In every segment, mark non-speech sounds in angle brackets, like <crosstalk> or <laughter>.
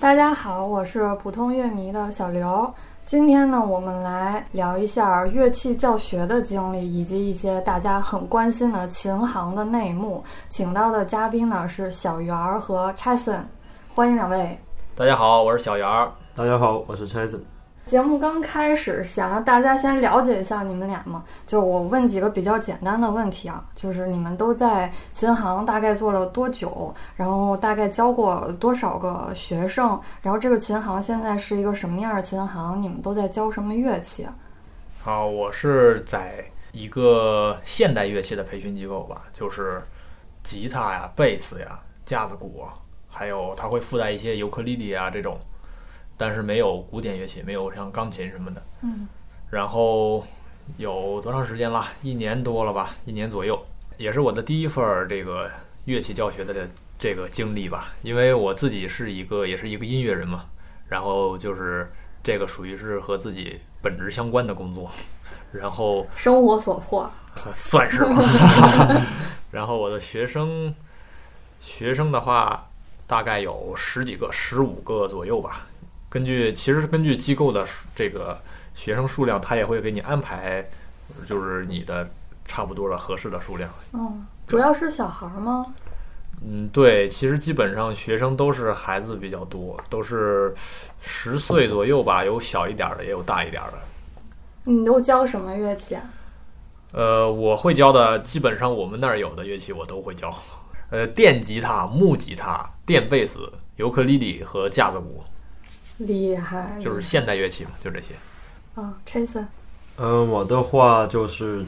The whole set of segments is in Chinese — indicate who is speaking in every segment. Speaker 1: 大家好，我是普通乐迷的小刘。今天呢，我们来聊一下乐器教学的经历，以及一些大家很关心的琴行的内幕。请到的嘉宾呢是小圆儿和 Chasen，欢迎两位。
Speaker 2: 大家好，我是小姚。
Speaker 3: 大家好，我是 Chasen。
Speaker 1: 节目刚开始，想让大家先了解一下你们俩嘛，就我问几个比较简单的问题啊，就是你们都在琴行大概做了多久，然后大概教过多少个学生，然后这个琴行现在是一个什么样的琴行，你们都在教什么乐器？啊
Speaker 2: 好，我是在一个现代乐器的培训机构吧，就是吉他呀、贝斯呀、架子鼓，啊还有它会附带一些尤克里里啊这种，但是没有古典乐器，没有像钢琴什么的。
Speaker 1: 嗯，
Speaker 2: 然后有多长时间了？一年多了吧，一年左右，也是我的第一份儿这个乐器教学的这这个经历吧。因为我自己是一个也是一个音乐人嘛，然后就是这个属于是和自己本职相关的工作，然后
Speaker 1: 生活所迫。
Speaker 2: 算是吧。然后我的学生，学生的话大概有十几个、十五个左右吧。根据其实是根据机构的数这个学生数量，他也会给你安排，就是你的差不多的合适的数量。
Speaker 1: 嗯，主要是小孩儿吗？
Speaker 2: 嗯，对，其实基本上学生都是孩子比较多，都是十岁左右吧，有小一点儿的，也有大一点儿的。
Speaker 1: 嗯你都教什么乐器啊？
Speaker 2: 呃，我会教的，基本上我们那儿有的乐器我都会教， <laughs> 呃，电吉他、木吉他、电贝斯、尤克里里和架子鼓，
Speaker 1: 厉害，
Speaker 2: 就是现代乐器嘛，就这些。
Speaker 1: 啊，Jason，
Speaker 3: 嗯，我的话就是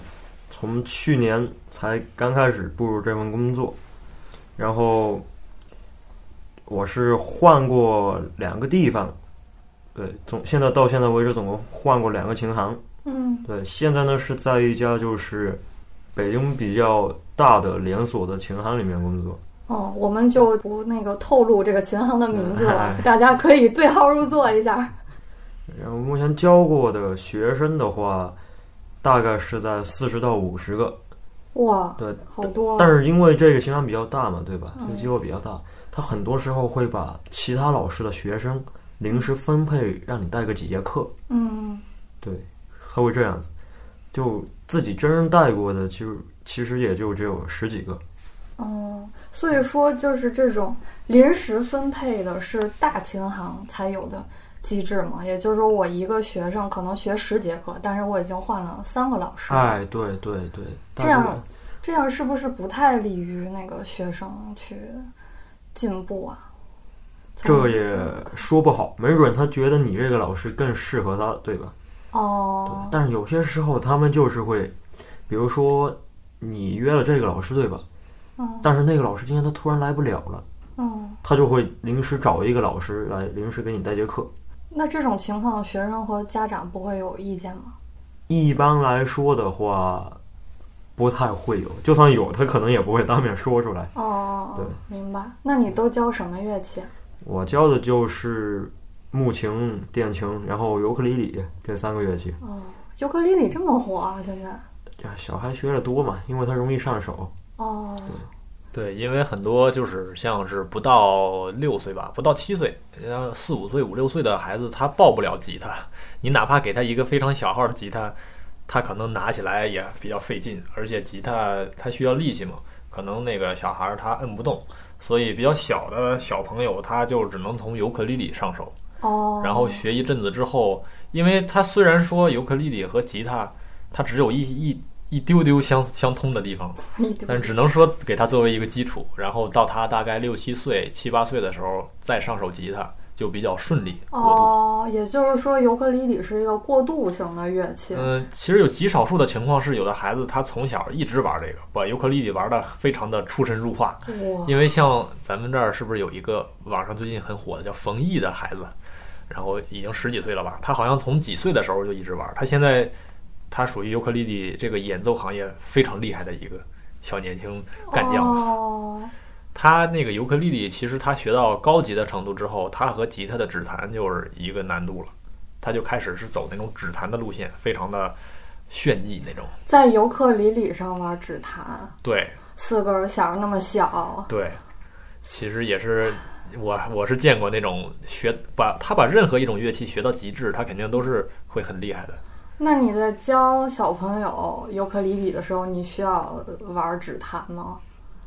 Speaker 3: 从去年才刚开始步入这份工作，然后我是换过两个地方，对，总现在到现在为止总共换过两个琴行。
Speaker 1: 嗯
Speaker 3: 对，现在呢是在一家就是北京比较大的连锁的琴行里面工作。
Speaker 1: 哦，我们就不那个透露这个琴行的名字 <laughs> 了，
Speaker 3: 哎
Speaker 1: 大家可以对号入座一下。
Speaker 3: 然后目前教过的学生的话，大概是在四十到五十个。
Speaker 1: 哇，
Speaker 3: 对，
Speaker 1: 好多！啊
Speaker 3: 但是因为这个琴行比较大嘛，对吧？
Speaker 1: 哦嗯
Speaker 3: 这个机构比较大，他很多时候会把其他老师的学生临时分配，让你带个几节课，
Speaker 1: 嗯，
Speaker 3: 对，他会这样子。就自己真正带过的，就其实也就只有十几
Speaker 1: 嗯
Speaker 3: 个。
Speaker 1: 哦，所以说就是这种临时分配的是大琴行才有的机制嘛，也就是说我一个学生可能学十节课，但是我已经换了三个老师，
Speaker 3: 哎，对对对，
Speaker 1: 这样这样是不是不太利于那个学生去进步啊？从
Speaker 3: 这
Speaker 1: 你
Speaker 3: 也说不好，没准他觉得你这个老师更适合他，对吧？
Speaker 1: 哦，
Speaker 3: 但是有些时候他们就是会，比如说你约了这个老师，对吧？
Speaker 1: 嗯
Speaker 3: 但是那个老师今天他突然来不了了。
Speaker 1: 嗯，
Speaker 3: 他就会临时找一个老师来临时给你带节课。
Speaker 1: 那这种情况学生和家长不会有意见吗？
Speaker 3: 一般来说的话，不太会有，就算有，他可能也不会当面说出来。
Speaker 1: 哦
Speaker 3: 对，
Speaker 1: 明白。那你都教什么乐器啊？
Speaker 3: 我教的就是木琴、电琴，然后尤克里里这三个乐器。
Speaker 1: 哦，尤克里里这么火啊，现在
Speaker 3: 小孩学的多嘛，因为他容易上手。
Speaker 1: 哦，
Speaker 2: 对，因为很多就是像是不到六岁吧，不到七岁，像四五岁、五六岁的孩子，他抱不了吉他，你哪怕给他一个非常小号的吉他，他可能拿起来也比较费劲，而且吉他它需要力气嘛，可能那个小孩儿他摁不动，所以比较小的小朋友他就只能从尤克里里上手。
Speaker 1: 哦，
Speaker 2: 然后学一阵子之后，因为它虽然说尤克里里和吉他，它只有一一一丢丢相相通的地方，
Speaker 1: <laughs> 一丢
Speaker 2: 但只能说给它作为一个基础。然后到他大概六七岁、七八岁的时候再上手吉他，就比较顺利过渡。
Speaker 1: 哦，也就是说尤克里里是一个过渡型的乐器。
Speaker 2: 嗯，其实有极少数的情况是，有的孩子他从小一直玩这个，把尤克里里玩的非常的出神入化。
Speaker 1: 哇，
Speaker 2: 嗯因为像咱们这儿是不是有一个网上最近很火的叫冯毅的孩子，然后已经十几岁了吧？他好像从几岁的时候就一直玩儿，他现在他属于尤克里里这个演奏行业非常厉害的一个小年轻干将。
Speaker 1: 哦，
Speaker 2: 他那个尤克里里，其实他学到高级的程度之后，他和吉他的指弹就是一个难度了，他就开始是走那种指弹的路线，非常的炫技那种。
Speaker 1: 在尤克里里上玩指弹，
Speaker 2: 对
Speaker 1: 四根弦儿那么小，
Speaker 2: 对，其实也是我我是见过那种学把他把任何一种乐器学到极致，他肯定都是会很厉害的。
Speaker 1: 那你在教小朋友尤克里里的时候，你需要玩指弹吗？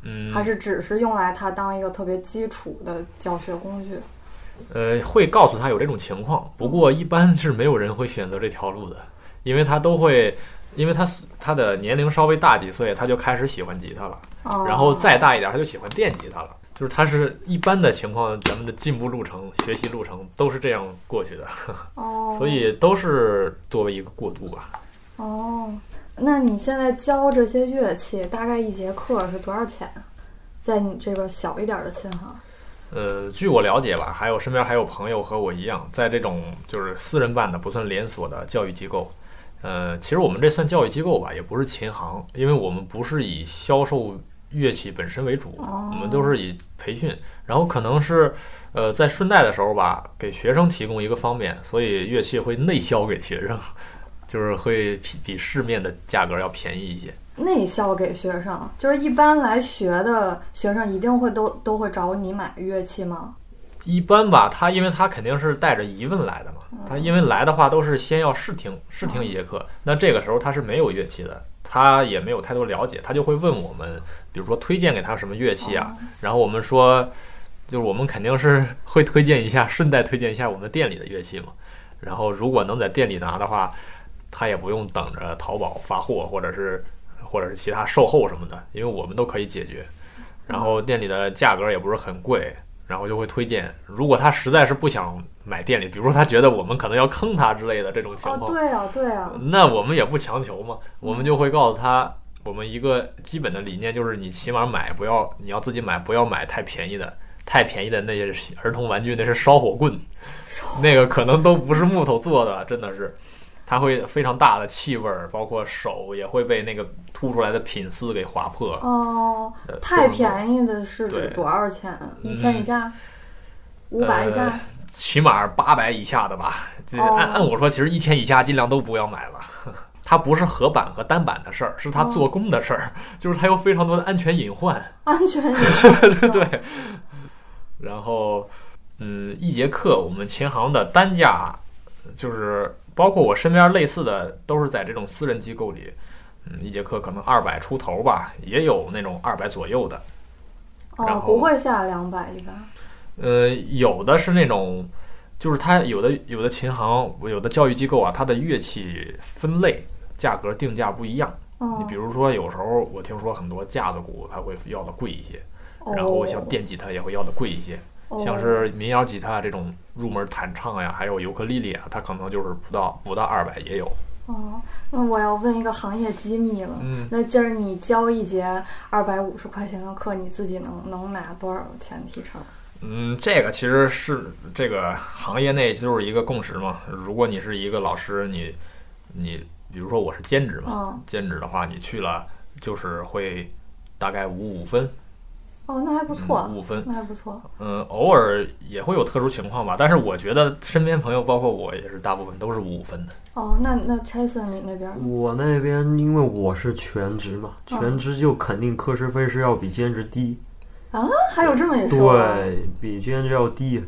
Speaker 2: 嗯，
Speaker 1: 还是只是用来它当一个特别基础的教学工具？
Speaker 2: 呃，会告诉他有这种情况，不过一般是没有人会选择这条路的，因为他都会，因为他他的年龄稍微大几岁，他就开始喜欢吉他了，
Speaker 1: 哦、
Speaker 2: 然后再大一点，他就喜欢电吉他了。就是他是一般的情况，咱们的进步路程、学习路程都是这样过去的，
Speaker 1: 哦，
Speaker 2: 所以都是作为一个过渡吧。
Speaker 1: 哦，那你现在教这些乐器，大概一节课是多少钱啊？在你这个小一点的琴行，
Speaker 2: 呃，据我了解吧，还有身边还有朋友和我一样，在这种就是私人办的不算连锁的教育机构，呃，其实我们这算教育机构吧，也不是琴行，因为我们不是以销售乐器本身为主，
Speaker 1: 哦
Speaker 2: 我们都是以培训，然后可能是呃在顺带的时候吧，给学生提供一个方便，所以乐器会内销给学生， <laughs> 就是会比比市面的价格要便宜一些。
Speaker 1: 内销给学生，就是一般来学的学生一定会都都会找你买乐器吗？
Speaker 2: 一般吧，他因为他肯定是带着疑问来的嘛，他因为来的话都是先要试听，试听一节课，那这个时候他是没有乐器的，他也没有太多了解，他就会问我们，比如说推荐给他什么乐器啊，然后我们说，就是我们肯定是会推荐一下，顺带推荐一下我们店里的乐器嘛，然后如果能在店里拿的话，他也不用等着淘宝发货或者是或者是其他售后什么的，因为我们都可以解决，然后店里的价格也不是很贵，然后就会推荐。如果他实在是不想买店里，比如说他觉得我们可能要坑他之类的这种情
Speaker 1: 哦，
Speaker 2: 况，
Speaker 1: 对啊，对啊，
Speaker 2: 那我们也不强求嘛，我们就会告诉他，我们一个基本的理念就是，你起码买不要，你要自己买，不要买太便宜的。太便宜的那些儿童玩具，那是烧火棍，那个可能都不是木头做的，真的是，它会非常大的气味儿，包括手也会被那个凸出来的品丝给划破。
Speaker 1: 哦，
Speaker 2: 呃
Speaker 1: 太
Speaker 2: 非常多
Speaker 1: 便宜的是指
Speaker 2: 对嗯
Speaker 1: 多少钱？啊一千以下，五百以下
Speaker 2: 呃？起码八百以下的吧。这
Speaker 1: 哦
Speaker 2: 按按我说，其实一千以下尽量都不要买了。 <laughs> 它不是合板和单板的事儿，是它
Speaker 1: 哦
Speaker 2: 做工的事儿， <laughs> 就是它有非常多的安全隐患。
Speaker 1: 安全隐患
Speaker 2: 对，然后，嗯，一节课我们琴行的单价，就是包括我身边类似的，都是在这种私人机构里，嗯，一节课可能二百出头吧，也有那种二百左右的。然
Speaker 1: 哦
Speaker 2: 后，
Speaker 1: 不会下两百一般。
Speaker 2: 呃，有的是那种，就是它有的有的琴行、有的教育机构啊，它的乐器分类价格定价不一样。你
Speaker 1: 嗯
Speaker 2: 比，如说，有时候我听说很多架子鼓它会要的贵一些，然后像电吉他也会要的贵一些，
Speaker 1: 哦
Speaker 2: 像是民谣吉他这种入门弹唱呀，还有尤克里里啊，它可能就是不到不到二百也有。
Speaker 1: 哦，那我要问一个行业机密了。
Speaker 2: 嗯，
Speaker 1: 那今儿你交一节二百五十块钱的课，你自己能能拿多少钱提成？
Speaker 2: 嗯，这个其实是这个行业内就是一个共识嘛。如果你是一个老师，你你比如说我是兼职嘛，
Speaker 1: 嗯
Speaker 2: 兼职的话，你去了就是会大概五五分，嗯
Speaker 1: 哦，那还不错，
Speaker 2: 五五分。
Speaker 1: 那还不错。
Speaker 2: 嗯，偶尔也会有特殊情况吧，但是我觉得身边朋友，包括我，也是大部分都是五五分的。
Speaker 1: 哦，那那 Jason 你那边儿
Speaker 3: 我那边因为我是全职嘛，
Speaker 1: 嗯
Speaker 3: 全职就肯定课时费是要比兼职低，
Speaker 1: 还有这么一说啊？
Speaker 3: 对比兼职要低。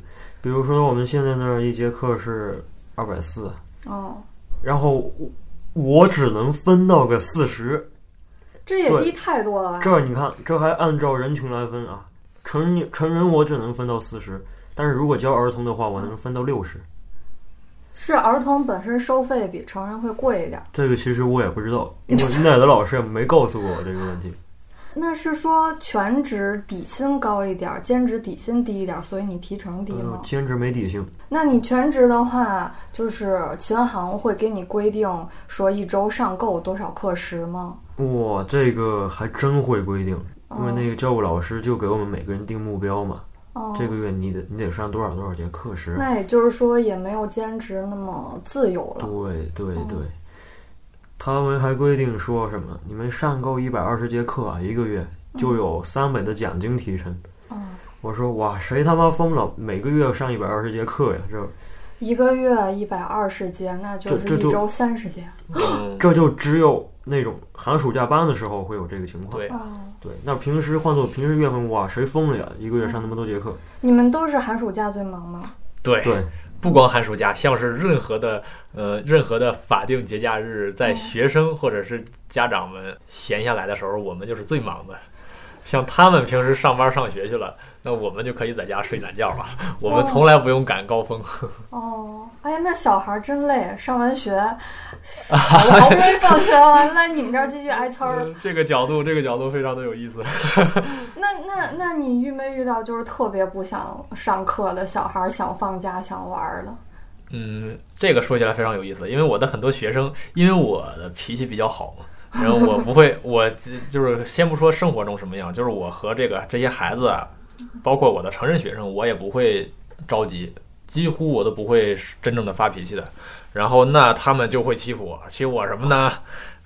Speaker 3: 比如说我们现在那儿一节课是二百四，
Speaker 1: 哦，
Speaker 3: 然后我我只能分到个四十，
Speaker 1: 这也
Speaker 3: 对
Speaker 1: 低太多了吧？
Speaker 3: 这你看，这还按照人群来分啊。成年成人我只能分到四十，但是如果教儿童的话，我能分到六十。
Speaker 1: 嗯是儿童本身收费比成人会贵一点儿。
Speaker 3: 这个其实我也不知
Speaker 1: <laughs>
Speaker 3: 道，因为奈德老师也没告诉我这个问题。
Speaker 1: 那是说全职底薪高一点儿，兼职底薪低一点儿，所以你提成低
Speaker 3: 嗯
Speaker 1: 吗，？
Speaker 3: 兼职没底薪，
Speaker 1: 那你全职的话，就是琴行会给你规定说一周上够多少课时吗？
Speaker 3: 哇，这个还真会规定，因为
Speaker 1: 哦
Speaker 3: 那个教务老师就给我们每个人定目标嘛，
Speaker 1: 哦，
Speaker 3: 这个月你得你得上多少多少节课时。
Speaker 1: 那也就是说，也没有兼职那么自由了。
Speaker 3: 对对对，他们还规定说什么，你们上够一百二十节课啊，一个月就有三百的奖金提成。
Speaker 1: 嗯，
Speaker 3: 我说哇，谁他妈疯了？每个月上一百二十节课呀，这
Speaker 1: 一个月一百二十节，那就是
Speaker 3: 这这
Speaker 1: 一
Speaker 3: 就
Speaker 1: 周三十节。
Speaker 2: 嗯，
Speaker 3: 这就只有那种寒暑假班的时候会有这个情况。
Speaker 2: 对，
Speaker 1: 哦，
Speaker 3: 对，那平时换做平时月份，哇，谁疯了呀？一个月上那么多节课，
Speaker 1: 你们都是寒暑假最忙吗？
Speaker 2: 对
Speaker 3: 对，
Speaker 2: 不光寒暑假，像是任何的呃任何的法定节假日，在
Speaker 1: 嗯
Speaker 2: 学生或者是家长们闲下来的时候，我们就是最忙的。像他们平时上班上学去了，那我们就可以在家睡懒觉了。我们从来不用赶高峰，
Speaker 1: 哦，哎呀，那小孩儿真累，上完学，好不好不容易放学了，那你们这儿继续挨呲儿。
Speaker 2: 呃 <laughs> 这个角度，这个角度非常的有意思。
Speaker 1: 那那那你遇没遇到就是特别不想上课的小孩，儿，想放假想玩儿的？
Speaker 2: 嗯，这个说起来非常有意思，因为我的很多学生，因为我的脾气比较好嘛，然后我不会，我就是先不说生活中什么样，就是我和这个这些孩子啊，包括我的成人学生，我也不会着急，几乎我都不会真正的发脾气的。然后那他们就会欺负我，欺负我什么呢？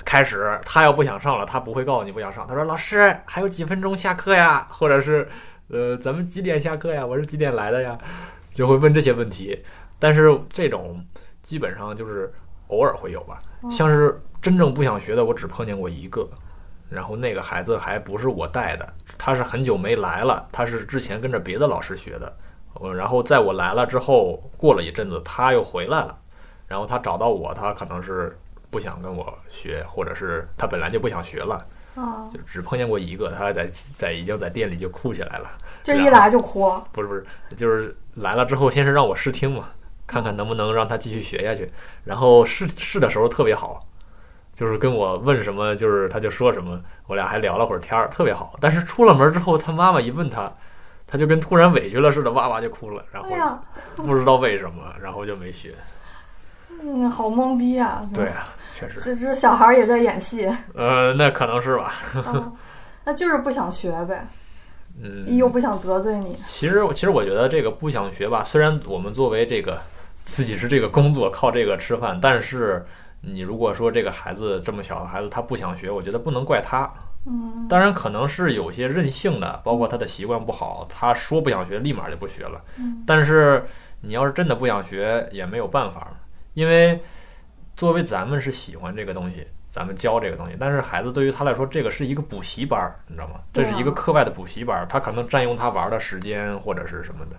Speaker 2: 开始他要不想上了，他不会告诉你不想上，他说老师还有几分钟下课呀，或者是呃咱们几点下课呀？我是几点来的呀？就会问这些问题。但是这种基本上就是偶尔会有吧，
Speaker 1: 嗯
Speaker 2: 像是真正不想学的，我只碰见过一个，然后那个孩子还不是我带的，他是很久没来了，他是之前跟着别的老师学的，我然后在我来了之后，过了一阵子他又回来了，然后他找到我，他可能是不想跟我学，或者是他本来就不想学了，
Speaker 1: 啊，
Speaker 2: 就只碰见过一个，他在在已经在店里就哭起来了。
Speaker 1: 这一来就哭。
Speaker 2: 不是不是，就是来了之后，先是让我试听嘛，看看能不能让他继续学下去。然后试试的时候特别好，就是跟我问什么，就是他就说什么，我俩还聊了会儿天儿，特别好。但是出了门之后，他妈妈一问他，他就跟突然委屈了似的，哇哇就哭了，然
Speaker 1: 哎
Speaker 2: 后
Speaker 1: 呀，
Speaker 2: 不知道为什么，然后就没学。
Speaker 1: 嗯，好懵逼啊！
Speaker 2: 对啊，确实，
Speaker 1: 这这小孩儿也在演戏，
Speaker 2: 呃，那可能是吧。 <laughs>
Speaker 1: 啊那就是不想学呗，
Speaker 2: 嗯，
Speaker 1: 又不想得罪你。
Speaker 2: 其实，其实我觉得这个不想学吧，虽然我们作为这个自己是这个工作靠这个吃饭，但是你如果说这个孩子这么小的孩子他不想学，我觉得不能怪他。
Speaker 1: 嗯，
Speaker 2: 当然，可能是有些任性的，包括他的习惯不好，他说不想学，立马就不学了。
Speaker 1: 嗯
Speaker 2: 但是你要是真的不想学，也没有办法，因为作为咱们是喜欢这个东西，咱们教这个东西，但是孩子对于他来说，这个是一个补习班儿，你知道吗？这
Speaker 1: 对啊
Speaker 2: 是一个课外的补习班儿，他可能占用他玩儿的时间或者是什么的。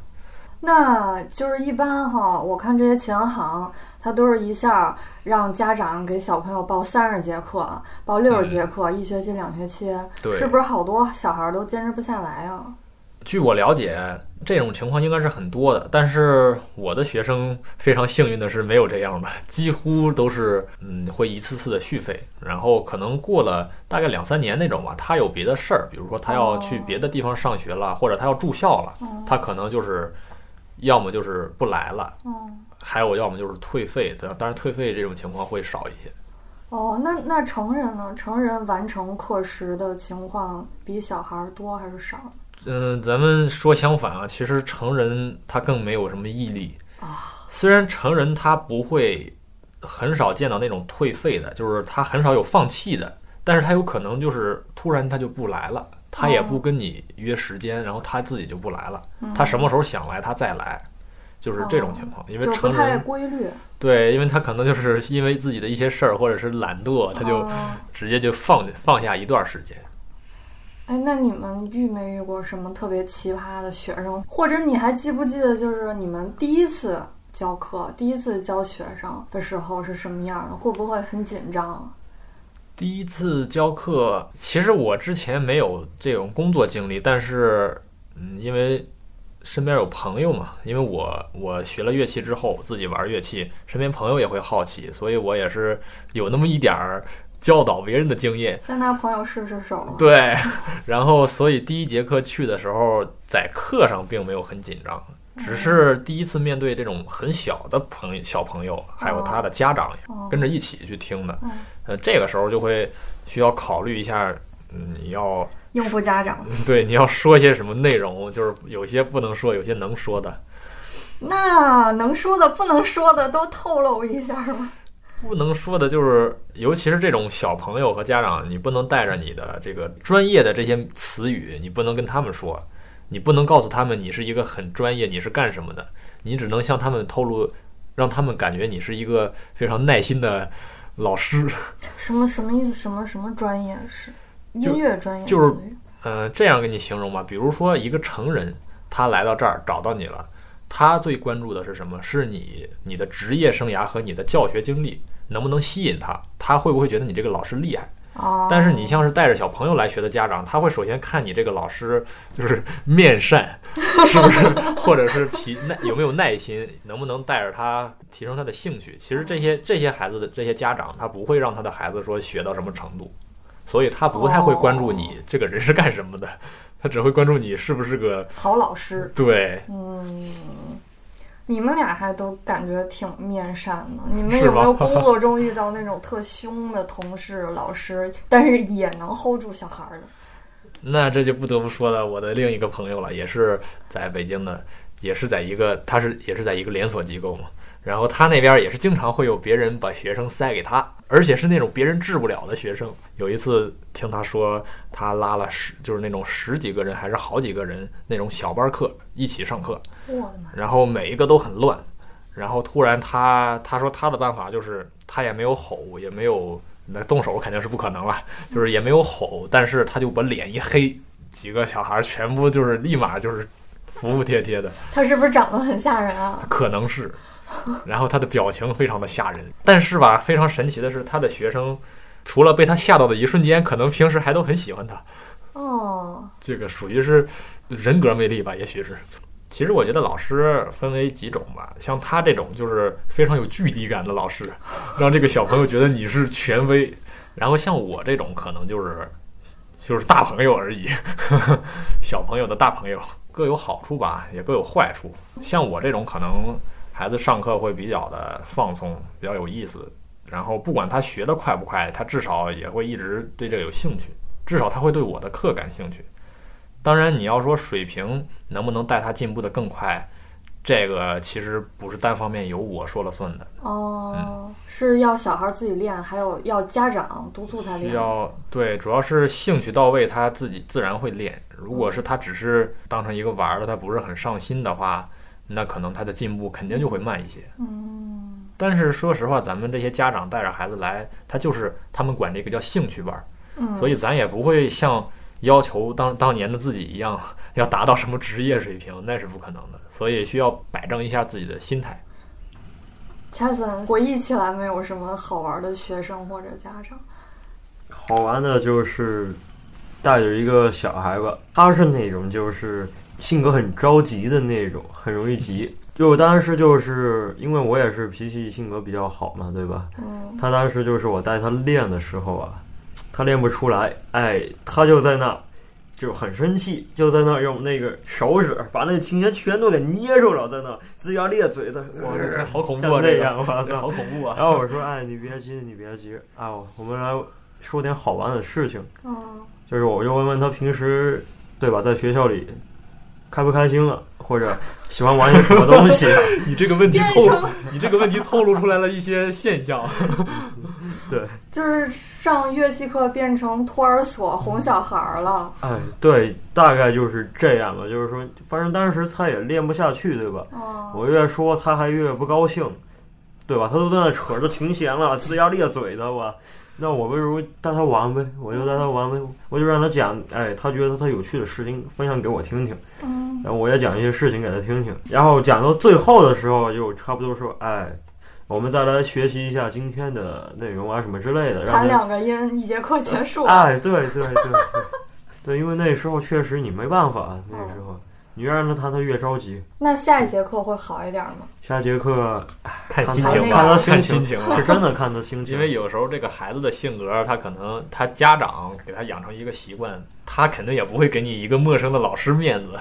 Speaker 1: 那就是一般哈，我看这些琴行，它都是一下让家长给小朋友报三十节课，报六十节课，一学期、两学期，
Speaker 2: 对，
Speaker 1: 是不是好多小孩儿都坚持不下来啊？
Speaker 2: 据我了解，这种情况应该是很多的，但是我的学生非常幸运的是没有这样的，几乎都是嗯会一次次的续费，然后可能过了大概两三年那种吧，他有别的事儿，比如说他要去别的地方上学了，或者他要住校了，
Speaker 1: 嗯
Speaker 2: 他可能就是要么就是不来了，
Speaker 1: 嗯，
Speaker 2: 还有要么就是退费，当当然退费这种情况会少一些。
Speaker 1: 哦，那那成人呢？成人完成课时的情况比小孩儿多还是少？
Speaker 2: 嗯，咱们说相反啊，其实成人他更没有什么毅力
Speaker 1: 啊。
Speaker 2: 虽然成人他不会很少见到那种退费的，就是他很少有放弃的，但是他有可能就是突然他就不来了，他也
Speaker 1: 哦
Speaker 2: 不跟你约时间，然后他自己就不来了，
Speaker 1: 嗯
Speaker 2: 他什么时候想来他再来，就是这种情况。因
Speaker 1: 哦
Speaker 2: 为
Speaker 1: 就是不
Speaker 2: 成
Speaker 1: 太
Speaker 2: 人
Speaker 1: 规律，
Speaker 2: 对，因为他可能就是因为自己的一些事儿或者是懒惰，他就
Speaker 1: 哦
Speaker 2: 直接就放放下一段时间。
Speaker 1: 哎，那你们遇没遇过什么特别奇葩的学生？或者你还记不记得，就是你们第一次教课、第一次教学生的时候是什么样的？会不会很紧张？
Speaker 2: 第一次教课，其实我之前没有这种工作经历，但是，嗯，因为身边有朋友嘛，因为我我学了乐器之后自己玩乐器，身边朋友也会好奇，所以我也是有那么一点儿教导别人的经验。
Speaker 1: 先拿朋友试试手啊吗？
Speaker 2: 对，然后所以第一节课去的时候，在课上并没有很紧张，只是第一次面对这种很小的朋友、小朋友，还有他的家长
Speaker 1: 哦
Speaker 2: 跟着一起去听的
Speaker 1: 嗯。
Speaker 2: 呃，这个时候就会需要考虑一下，嗯，你要 <laughs>
Speaker 1: 应付家长。
Speaker 2: 对你要说些什么内容，就是有些不能说，有些能说的。
Speaker 1: 那能说的、不能说的都透露一下吧。
Speaker 2: 不能说的就是，尤其是这种小朋友和家长，你不能带着你的这个专业的这些词语，你不能跟他们说，你不能告诉他们你是一个很专业，你是干什么的，你只能向他们透露，让他们感觉你是一个非常耐心的老师，
Speaker 1: 什么什么意思？什么什么专业是
Speaker 2: 就
Speaker 1: 音乐专业？
Speaker 2: 就是
Speaker 1: 属于
Speaker 2: 呃，这样跟你形容吧，比如说一个成人，他来到这儿找到你了，他最关注的是什么？是你你的职业生涯和你的教学经历能不能吸引他，他会不会觉得你这个老师厉害？
Speaker 1: 哦，
Speaker 2: 但是你像是带着小朋友来学的家长，他会首先看你这个老师就是面善， <laughs> 是不是，或者是皮耐有没有耐心，能不能带着他提升他的兴趣。其实这些这些孩子的这些家长，他不会让他的孩子说学到什么程度，所以他不太会关注你这个人是干什么的，他只会关注你是不是个
Speaker 1: 好老师，
Speaker 2: 对。
Speaker 1: 嗯，你们俩还都感觉挺面善的。你们
Speaker 2: 是
Speaker 1: 有没有
Speaker 2: 吗
Speaker 1: 工作中遇到那种特凶的同事、老师，但是也能 hold 住小孩儿的？
Speaker 2: 那这就不得不说了，我的另一个朋友了，也是在北京的，也是在一个，他是也是在一个连锁机构嘛。然后他那边也是经常会有别人把学生塞给他，而且是那种别人治不了的学生。有一次听他说，他拉了十，就是那种十几个人还是好几个人那种小班课一起上课，
Speaker 1: 我的妈！
Speaker 2: 然后每一个都很乱，然后突然他他说他的办法就是他也没有吼，也没有那动手肯定是不可能了，就是也没有吼，但是他就把脸一黑，几个小孩全部就是立马就是服服帖帖的，
Speaker 1: 他是不是长得很吓人啊？
Speaker 2: 可能是，然后他的表情非常的吓人，但是吧，非常神奇的是他的学生除了被他吓到的一瞬间，可能平时还都很喜欢他，
Speaker 1: 哦，
Speaker 2: 这个属于是人格魅力吧，也许是。其实我觉得老师分为几种吧，像他这种就是非常有距离感的老师，让这个小朋友觉得你是权威；然后像我这种可能就是就是大朋友而已，小朋友的大朋友，各有好处吧，也各有坏处。像我这种可能孩子上课会比较的放松，比较有意思，然后不管他学的快不快，他至少也会一直对这个有兴趣，至少他会对我的课感兴趣。当然，你要说水平能不能带他进步的更快，这个其实不是单方面由我说了算的，
Speaker 1: 哦，
Speaker 2: 嗯
Speaker 1: 是要小孩自己练，还有要家长督促他
Speaker 2: 需
Speaker 1: 练。
Speaker 2: 要对，主要是兴趣到位，他自己自然会练。如果是他只是当成一个玩儿的，他不是很上心的话，那可能他的进步肯定就会慢一些。
Speaker 1: 嗯，
Speaker 2: 但是说实话，咱们这些家长带着孩子来，他就是他们管这个叫兴趣班儿，
Speaker 1: 嗯
Speaker 2: 所以咱也不会像要求当当年的自己一样，要达到什么职业水平，那是不可能的。所以需要摆正一下自己的心态。
Speaker 1: 查森回忆起来没有什么好玩的学生或者家长？
Speaker 3: 好玩的就是带着一个小孩吧，他是那种就是性格很着急的那种，很容易急。就当时就是因为我也是脾气性格比较好嘛，对吧？
Speaker 1: 嗯，
Speaker 3: 他当时就是我带他练的时候啊，他练不出来，哎，他就在那就很生气，就在那用那个手指把那个琴弦全都给捏住了，在那龇牙咧嘴的，
Speaker 2: 哇， <laughs> 这好恐怖
Speaker 3: 像
Speaker 2: 啊！
Speaker 3: 那
Speaker 2: 这
Speaker 3: 样，
Speaker 2: 个，
Speaker 3: 我
Speaker 2: 这
Speaker 3: 操！
Speaker 2: 好恐怖啊！
Speaker 3: 然后我说：“哎，你别急，你别急啊，我们来说点好玩的事情。
Speaker 1: 嗯，
Speaker 3: 就是我就问问他平时，对吧，在学校里开不开心了，或者喜欢玩些什么东西。啊
Speaker 2: 你这个问题
Speaker 1: 变
Speaker 2: 透
Speaker 1: 成
Speaker 2: 露，你这个问题透露出来了一些现象。
Speaker 1: 就是上乐器课变成托儿所哄小孩儿了。
Speaker 3: 哎，对，大概就是这样吧。就是说，反正当时他也练不下去，对吧？
Speaker 1: 哦，
Speaker 3: 我越说他还越不高兴，对吧？他都在那扯着琴弦了，龇牙咧嘴的我。那我不如带他玩呗，我就带他玩呗，我就让他讲，哎，他觉得他有趣的事情分享给我听听。
Speaker 1: 嗯，
Speaker 3: 然后我也讲一些事情给他听听，然后讲到最后的时候，就差不多说，哎，我们再来学习一下今天的内容啊，什么之类的。
Speaker 1: 弹两
Speaker 3: 让他，
Speaker 1: 个音，一节课结束。
Speaker 3: 哎，对对对对， <laughs> 对，因为那时候确实你没办法，那时候你越让他弹，他越着急。
Speaker 1: 那下一节课会好一点吗？
Speaker 3: 下节课
Speaker 2: 看
Speaker 3: <laughs> 看
Speaker 2: 心
Speaker 3: 他
Speaker 2: 情
Speaker 3: 看
Speaker 2: 吧，
Speaker 3: 他
Speaker 2: 看心
Speaker 3: 心情
Speaker 2: 情吧
Speaker 3: 是。真的看
Speaker 2: <laughs>
Speaker 3: 他心情，
Speaker 2: 因为有时候这个孩子的性格，他可能他家长给他养成一个习惯，他肯定也不会给你一个陌生的老师面子。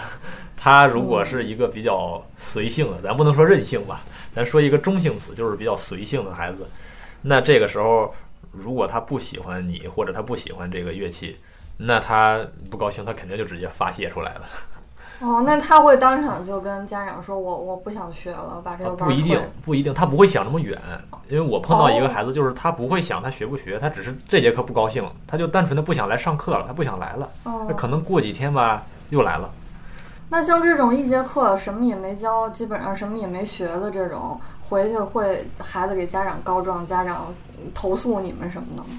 Speaker 2: 他如果是一个比较随性的，咱不能说任性吧，咱说一个中性词，就是比较随性的孩子。那这个时候，如果他不喜欢你，或者他不喜欢这个乐器，那他不高兴，他肯定就直接发泄出来了。
Speaker 1: 哦，那他会当场就跟家长说我我不想学了，把这
Speaker 2: 啊
Speaker 1: 个班
Speaker 2: 不
Speaker 1: 儿
Speaker 2: 一定
Speaker 1: 退。，
Speaker 2: 不一定，他不会想那么远。因为我碰到一个
Speaker 1: 哦
Speaker 2: 孩子，就是他不会想他学不学，他只是这节课不高兴，他就单纯的不想来上课了，他不想来了。
Speaker 1: 哦
Speaker 2: 那，可能过几天吧，又来了。
Speaker 1: 那像这种一节课什么也没教，基本上什么也没学的这种，回去会孩子给家长告状，家长投诉你们什么的吗？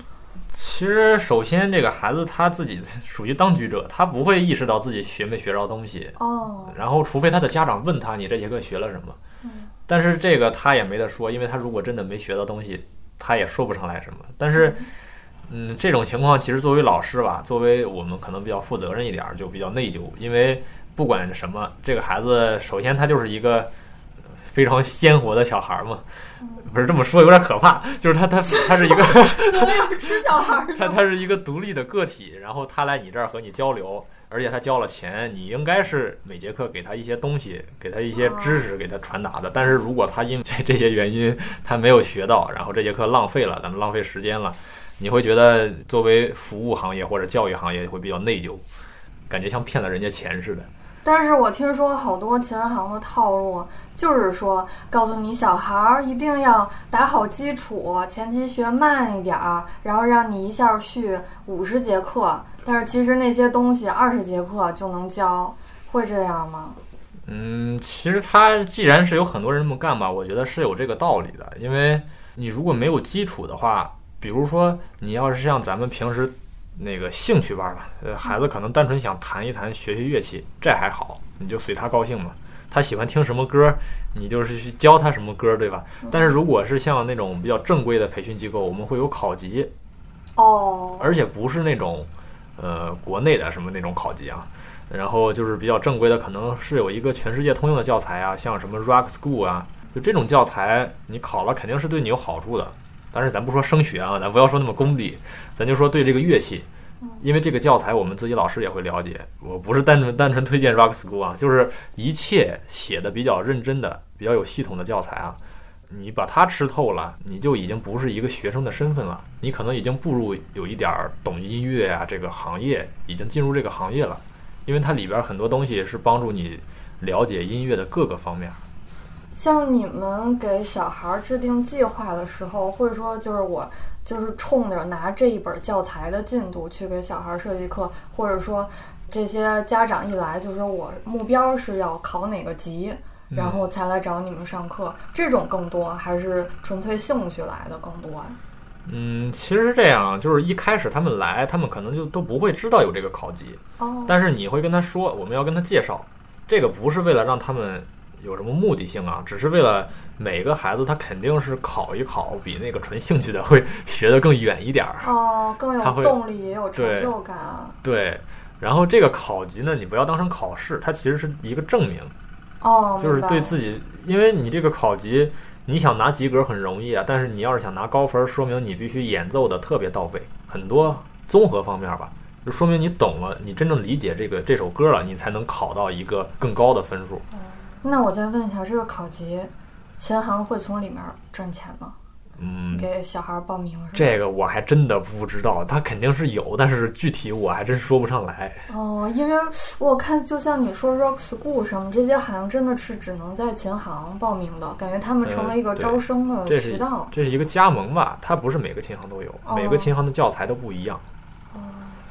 Speaker 2: 其实，首先这个孩子他自己 <laughs> 属于当局者，他不会意识到自己学没学着东西。
Speaker 1: 哦，
Speaker 2: <laughs> 然后，除非他的家长问他你这节课学了什么
Speaker 1: 嗯，
Speaker 2: 但是这个他也没得说，因为他如果真的没学到东西，他也说不上来什么。但是，嗯，这种情况其实作为老师吧，作为我们可能比较负责任一点，儿，就比较内疚，因为不管什么，这个孩子首先他就是一个非常鲜活的小孩儿嘛，不是这么说有点可怕，就是他他他是一个。
Speaker 1: 怎么有吃小孩儿
Speaker 2: 他
Speaker 1: 的？
Speaker 2: 他是一个独立的个体，然后他来你这儿和你交流，而且他交了钱，你应该是每节课给他一些东西，给他一些知识，给他传达的。但是如果他因为这这些原因他没有学到，然后这节课浪费了，咱们浪费时间了，你会觉得作为服务行业或者教育行业会比较内疚，感觉像骗了人家钱似的。
Speaker 1: 但是我听说好多琴行的套路就是说，告诉你小孩儿一定要打好基础，前期学慢一点儿，然后让你一下续五十节课。但是其实那些东西二十节课就能教，会这样吗？
Speaker 2: 嗯，其实他既然是有很多人这么干吧，我觉得是有这个道理的。因为你如果没有基础的话，比如说你要是像咱们平时那个兴趣班吧，呃，孩子可能单纯想弹一弹、学学乐器，这还好，你就随他高兴嘛。他喜欢听什么歌，你就是去教他什么歌，对吧？但是如果是像那种比较正规的培训机构，我们会有考级，
Speaker 1: 哦，
Speaker 2: 而且不是那种，呃，国内的什么那种考级啊，然后就是比较正规的，可能是有一个全世界通用的教材啊，像什么 Rock School 啊，就这种教材，你考了肯定是对你有好处的。但是咱不说升学啊，咱不要说那么功利，咱就说对这个乐器
Speaker 1: 嗯，
Speaker 2: 因为这个教材我们自己老师也会了解。我不是单纯单纯推荐 Rock School 啊，就是一切写的比较认真的、比较有系统的教材啊，你把它吃透了，你就已经不是一个学生的身份了，你可能已经步入有一点儿懂音乐啊这个行业，已经进入这个行业了，因为它里边儿很多东西是帮助你了解音乐的各个方面。
Speaker 1: 像你们给小孩儿制定计划的时候，会说就是我就是冲着拿这一本教材的进度去给小孩儿设计课，或者说这些家长一来就说我目标是要考哪个级，
Speaker 2: 嗯
Speaker 1: 然后才来找你们上课，这种更多还是纯粹兴趣来的更多呀？
Speaker 2: 嗯，其实是这样，就是一开始他们来，他们可能就都不会知道有这个考级，
Speaker 1: 哦，
Speaker 2: 但是你会跟他说，我们要跟他介绍，这个不是为了让他们有什么目的性啊，只是为了每个孩子他肯定是考一考，比那个纯兴趣的会 <laughs> 学得更远一点儿。
Speaker 1: 哦，更
Speaker 2: 他
Speaker 1: 有
Speaker 2: 会
Speaker 1: 动力，也有成
Speaker 2: 对
Speaker 1: 就感啊。
Speaker 2: 对，然后这个考级呢，你不要当成考试，它其实是一个证明，
Speaker 1: 哦，
Speaker 2: 就是对
Speaker 1: 己
Speaker 2: 自己，因为你这个考级，你想拿及格很容易啊，但是你要是想拿高分儿，说明你必须演奏的特别到位，很多综合方面吧，就说明你懂了，你真正理解这个这首歌了，你才能考到一个更高的分数。
Speaker 1: 那我再问一下，这个考级，琴行会从里面赚钱吗？
Speaker 2: 嗯，
Speaker 1: 给小孩儿报名是吗？
Speaker 2: 这个我还真的不知道，它肯定是有，但是具体我还真说不上来。
Speaker 1: 哦，因为我看，就像你说 Rock School 什么这些，好像真的是只能在琴行报名的，感觉他们成了一个
Speaker 2: 嗯对
Speaker 1: 招生的
Speaker 2: 这是
Speaker 1: 渠道。
Speaker 2: 这是一个加盟吧，它不是每个琴行都有，每
Speaker 1: 哦
Speaker 2: 个琴行的教材都不一样。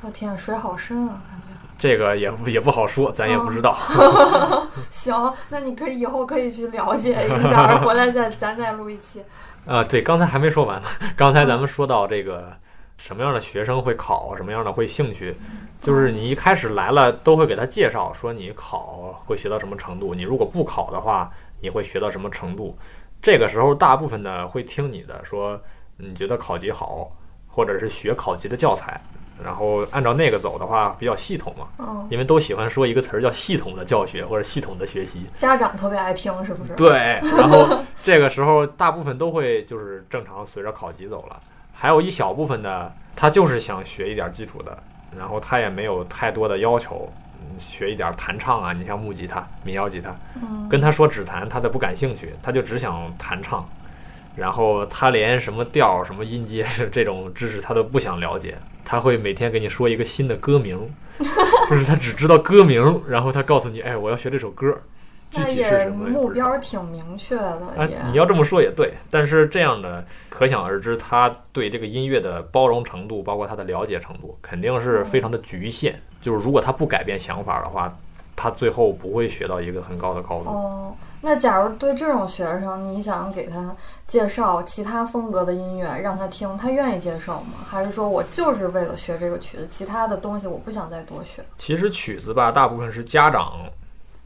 Speaker 1: 我天，水好深啊，感觉。
Speaker 2: 这个也不也不好说，咱也不知道。
Speaker 1: 行，那你可以以后可以去了解一
Speaker 2: <laughs>
Speaker 1: 下，回来再咱再录一期。
Speaker 2: 啊，对，刚才还没说完呢。刚才咱们说到这个什么样的学生会考，什么样的会兴趣，就是你一开始来了都会给他介绍说你考会学到什么程度，你如果不考的话，你会学到什么程度。这个时候，大部分的会听你的，说你觉得考级好，或者是学考级的教材，然后按照那个走的话比较系统嘛，
Speaker 1: 嗯，
Speaker 2: 因为都喜欢说一个词儿叫系统的教学或者系统的学习。
Speaker 1: 家长特别爱听，是不 <laughs> 是？
Speaker 2: 对，然后这个时候大部分都会就是正常随着考级走了，还有一小部分呢，他就是想学一点基础的，然后他也没有太多的要求，嗯学一点弹唱啊，你像木吉他、民谣吉他，
Speaker 1: 嗯，
Speaker 2: 跟他说只弹，他都不感兴趣，他就只想弹唱，然后他连什么调儿、什么音阶 <laughs> 这种知识他都不想了解，他会每天给你说一个新的歌名，就是他只知道歌名，然后他告诉你，哎，我要学这首歌。具
Speaker 1: 那
Speaker 2: 体是
Speaker 1: 也
Speaker 2: 什么也不
Speaker 1: 目
Speaker 2: 知道
Speaker 1: 标挺明确
Speaker 2: 啊
Speaker 1: 的，也。，
Speaker 2: 你要这么说也对，但是这样的可想而知，他对这个音乐的包容程
Speaker 1: 嗯
Speaker 2: 度，包括他的了解程度，肯定是非常的局限。就是如果他不改变想法的话，他最后不会学到一个很高的高度。
Speaker 1: 哦，那假如对这种学生，你想给他介绍其他风格的音乐让他听，他愿意接受吗？还是说我就是为了学这个曲子，其他的东西我不想再多学？
Speaker 2: 其实曲子吧，大部分是家长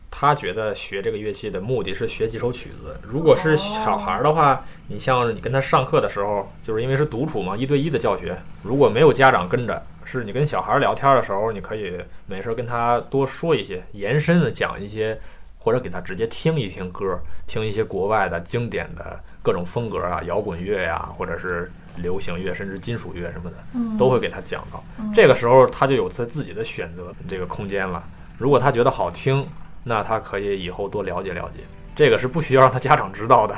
Speaker 2: 他觉得学这个乐器的目的是学几首曲子。如果是小孩儿的话，你像你跟他上课的时候，就是因为是独处嘛，一对一的教学，如果没有家长跟着，是你跟小孩儿聊天的时候，你可以没事儿跟他多说一些，延伸的讲一些，或者给他直接听一听歌，听一些国外的经典的各种风格啊，摇滚乐呀、或者是流行乐，甚至金属乐什么的。
Speaker 1: 嗯
Speaker 2: 都会给他讲到。这个时候他就有他自己的选择这个空间了。如果他觉得好听，那他可以以后多了解了解。这个是不需要让他家长知道的。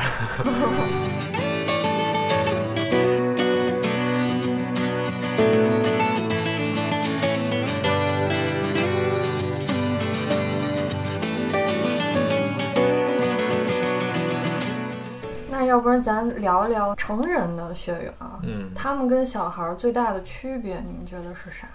Speaker 1: 那要不然咱聊一聊成人的学员啊，
Speaker 2: 嗯
Speaker 1: 他们跟小孩儿最大的区别，你们觉得是啥？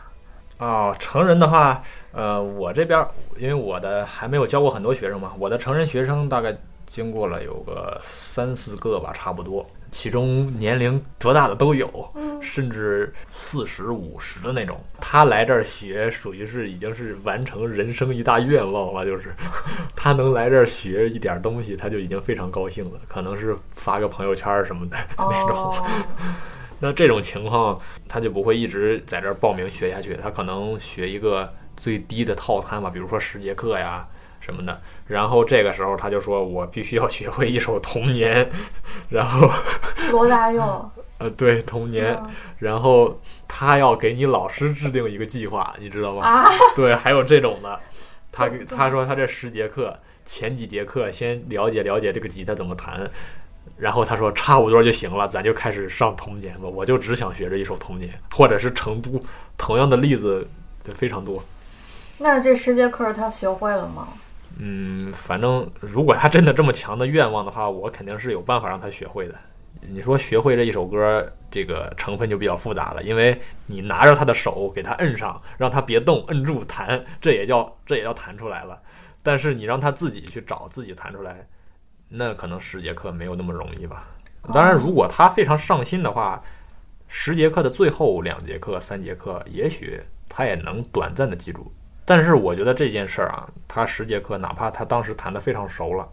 Speaker 2: 哦，成人的话，呃，我这边儿因为我的还没有教过很多学生嘛，我的成人学生大概经过了有个三四个吧，差不多，其中年龄多大的都有。
Speaker 1: 嗯，
Speaker 2: 甚至四十五十的那种。他来这儿学，属于是已经是完成人生一大愿望了，就是 <laughs> 他能来这儿学一点东西，他就已经非常高兴了，可能是发个朋友圈儿什么的。那种
Speaker 1: 哦，
Speaker 2: 那这种情况，他就不会一直在这儿报名学下去，他可能学一个最低的套餐吧，比如说十节课呀什么的。然后这个时候他就说：“我必须要学会一首《童年》。” <laughs> 然后，
Speaker 1: 罗大佑，
Speaker 2: 呃，对，《童年》
Speaker 1: 嗯
Speaker 2: 然后他要给你老师制定一个计划，你知道吗？
Speaker 1: 啊，
Speaker 2: 对，还有这种的，他
Speaker 1: 对对
Speaker 2: 他说他这十节课前几节课先了解了解这个吉他怎么弹，然后他说差不多就行了，咱就开始上童年吧，我就只想学这一首童年，或者是成都同样的例子对非常多。
Speaker 1: 那这十节课他学会了吗？
Speaker 2: 嗯，反正如果他真的这么强的愿望的话，我肯定是有办法让他学会的。你说学会这一首歌，这个成分就比较复杂了，因为你拿着他的手给他摁上，让他别动，摁住弹，这也叫这也叫弹出来了。但是你让他自己去找，自己弹出来，那可能十节课没有那么容易吧。当然，如果他非常上心的话，十节课的最后两节课、三节课，也许他也能短暂的记住。但是我觉得这件事儿啊，他十节课，哪怕他当时弹得非常熟了，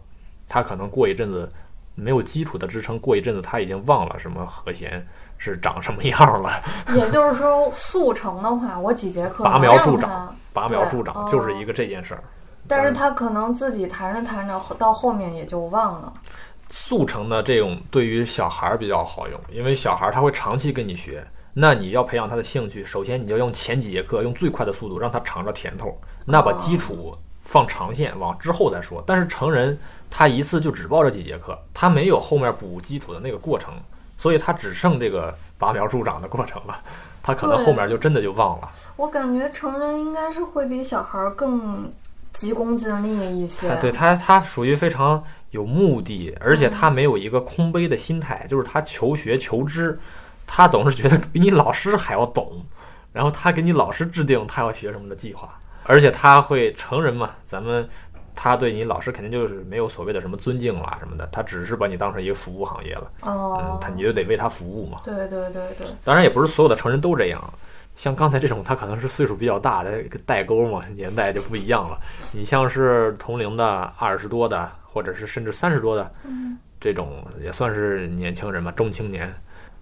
Speaker 2: 他可能过一阵子没有基础的支撑，过一阵子他已经忘了什么和弦是长什么样了。 <laughs>
Speaker 1: 也就是说，速成的话，我几节课
Speaker 2: 拔
Speaker 1: 能
Speaker 2: 苗助
Speaker 1: 让
Speaker 2: 长
Speaker 1: 他，
Speaker 2: 拔苗
Speaker 1: 对
Speaker 2: 助
Speaker 1: 哦
Speaker 2: 长就是一个这件事儿。
Speaker 1: 但是
Speaker 2: 嗯
Speaker 1: 他可能自己弹着弹着，后到后面也就忘了。
Speaker 2: 速成的这种对于小孩儿比较好用，因为小孩儿他会长期跟你学。那你要培养他的兴趣，首先你要用前几节课用最快的速度让他尝着甜头，那把
Speaker 1: 哦
Speaker 2: 基础放长线往之后再说。但是成人他一次就只报这几节课，他没有后面补基础的那个过程，所以他只剩这个拔苗助长的过程了，他可能
Speaker 1: 对
Speaker 2: 后面就真的就忘了。
Speaker 1: 我感觉成人应该是会比小孩儿更急功近利一些。
Speaker 2: 他对他，他属于非常有目的，而且他没有一个空杯的心态，就是他求学求知，他总是觉得比你老师还要懂，然后他给你老师制定他要学什么的计划，而且他会成人嘛，咱们他对你老师肯定就是没有所谓的什么尊敬啦什么的，他只是把你当成一个服务行业了，嗯
Speaker 1: 哦，，
Speaker 2: 他你就得为他服务嘛。
Speaker 1: 对对对对，
Speaker 2: 当然也不是所有的成人都这样，啊像刚才这种他可能是岁数比较大的代沟嘛，年代就不一样了。你像是同龄的二十多的，或者是甚至三十多的
Speaker 1: 嗯，
Speaker 2: 这种，也算是年轻人吧，中青年。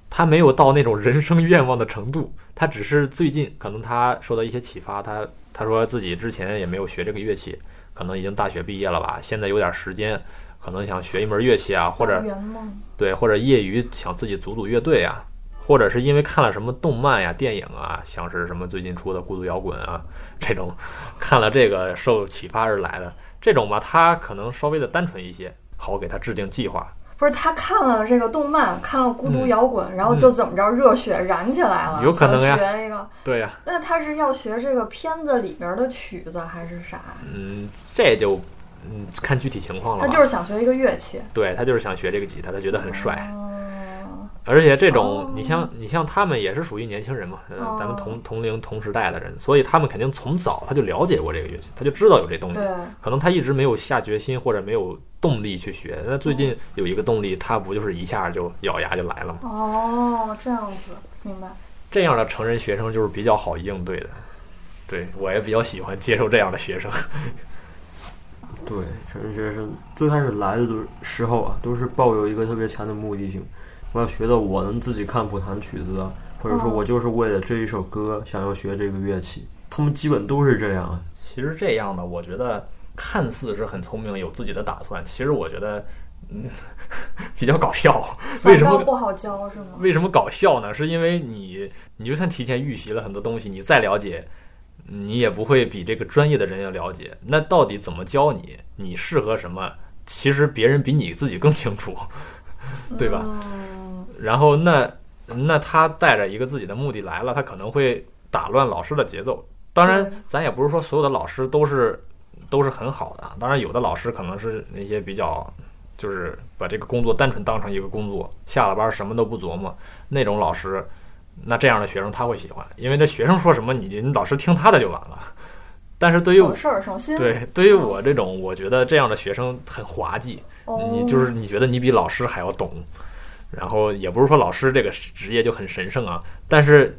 Speaker 2: 他没有到那种人生愿望的程度，他只是最近可能他受到一些启发，他他说自己之前也没有学这个乐器，可能已经大学毕业了吧，现在有点时间，可能想学一门乐器啊，或者
Speaker 1: 圆梦。
Speaker 2: 对，或者业余想自己组组乐队啊，或者是因为看了什么动漫呀、电影啊，像是什么最近出的《孤独摇滚》啊这种，看了这个受启发而来的这种吧，他可能稍微的单纯一些，好给他制定计划。
Speaker 1: 不是他看了这个动漫，看了《孤独
Speaker 2: 嗯
Speaker 1: 摇滚》然后就怎么着热血燃起来了，
Speaker 2: 有可能呀
Speaker 1: 想学一个。
Speaker 2: 对呀、
Speaker 1: 那他是要学这个片子里边的曲子还是啥？
Speaker 2: 嗯，这就嗯看具体情况了
Speaker 1: 他
Speaker 2: 吧。
Speaker 1: 就是想学一个乐器。
Speaker 2: 对他就是想学这个吉他，他觉得很帅。
Speaker 1: 哦
Speaker 2: 而且这种
Speaker 1: 哦，
Speaker 2: 你像你像他们也是属于年轻人嘛，呃
Speaker 1: 哦
Speaker 2: 咱们同同龄同时代的人，所以他们肯定从早他就了解过这个乐器，他就知道有这东西
Speaker 1: 对。，
Speaker 2: 可能他一直没有下决心或者没有动力去学。那最近有一个动力，他不就是一下就咬牙就来了吗？
Speaker 1: 哦，这样子，明白。
Speaker 2: 这样的成人学生就是比较好应对的。对我也比较喜欢接受这样的学生。
Speaker 3: 对，成人学生最开始来的都是时候啊，都是抱有一个特别强的目的性，我要学的我能自己看谱弹曲子啊，或者说
Speaker 1: 哦
Speaker 3: 我就是为了这一首歌想要学这个乐器，他们基本都是这样啊。
Speaker 2: <laughs> 其实这样的，我觉得看似是很聪明，有自己的打算，其实我觉得，嗯， <laughs> 比较搞笑。为
Speaker 1: 反
Speaker 2: 什
Speaker 1: 倒
Speaker 2: 么
Speaker 1: 不好教是吗？
Speaker 2: 为什么搞笑呢？是因为你，你就算提前预习了很多东西，你再了解，你也不会比这个专业的人要了解。那到底怎么教你？你适合什么？其实别人比你自己更清楚。对吧
Speaker 1: 嗯，
Speaker 2: 然后那那他带着一个自己的目的来了，他可能会打乱老师的节奏。当
Speaker 1: 对
Speaker 2: 然，咱也不是说所有的老师都是都是很好的啊，当然有的老师可能是那些比较就是把这个工作单纯当成一个工作，下了班什么都不琢磨那种老师。那这样的学生他会喜欢，因为这学生说什么你你老师听他的就完了。但是对于
Speaker 1: 省事儿省心。，
Speaker 2: 对对于我这种，我觉得这样的学生很滑稽，
Speaker 1: 哦、
Speaker 2: 你就是你觉得你比老师还要懂，然后也不是说老师这个职业就很神圣啊，但是，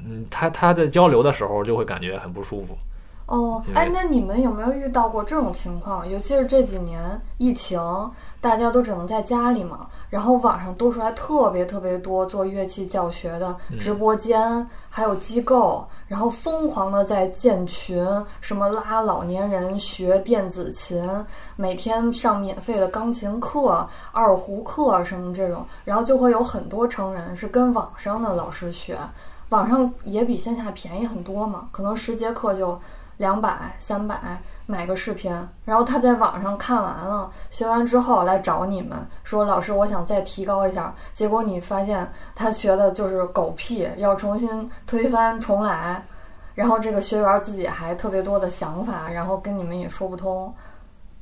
Speaker 2: 嗯，他他在交流的时候就会感觉很不舒服。
Speaker 1: 哦，
Speaker 2: 因为
Speaker 1: 哎，那你们有没有遇到过这种情况？尤其是这几年疫情，大家都只能在家里嘛，然后网上多出来特别特别多做乐器教学的
Speaker 2: 嗯
Speaker 1: 直播间，还有机构，然后疯狂的在建群，什么拉老年人学电子琴，每天上免费的钢琴课、二胡课什么这种，然后就会有很多成人是跟网上的老师学。网上也比线下便宜很多嘛，可能十节课就两百、三百买个视频，然后他在网上看完了，学完之后来找你们说：“老师，我想再提高一下。”结果你发现他学的就是狗屁，要重新推翻重来。然后这个学员自己还特别多的想法，然后跟你们也说不通。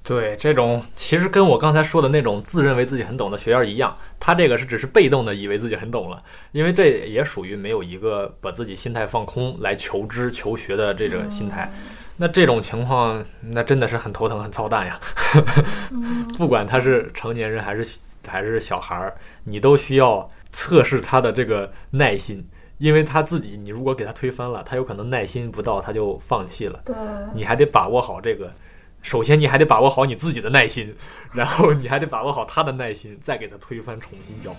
Speaker 2: 对，这种其实跟我刚才说的那种自认为自己很懂的学员一样，他这个是只是被动的以为自己很懂了，因为这也属于没有一个把自己心态放空来求知求学的这种心态。那这种情况，那真的是很头疼、很操蛋呀。 <laughs> 不管他是成年人还是还是小孩儿，你都需要测试他的这个耐心，因为他自己，你如果给他推翻了，他有可能耐心不到，他就放弃了。
Speaker 1: 对，
Speaker 2: 你还得把握好这个，首先你还得把握好你自己的耐心，然后你还得把握好他的耐心，再给他推翻重新教。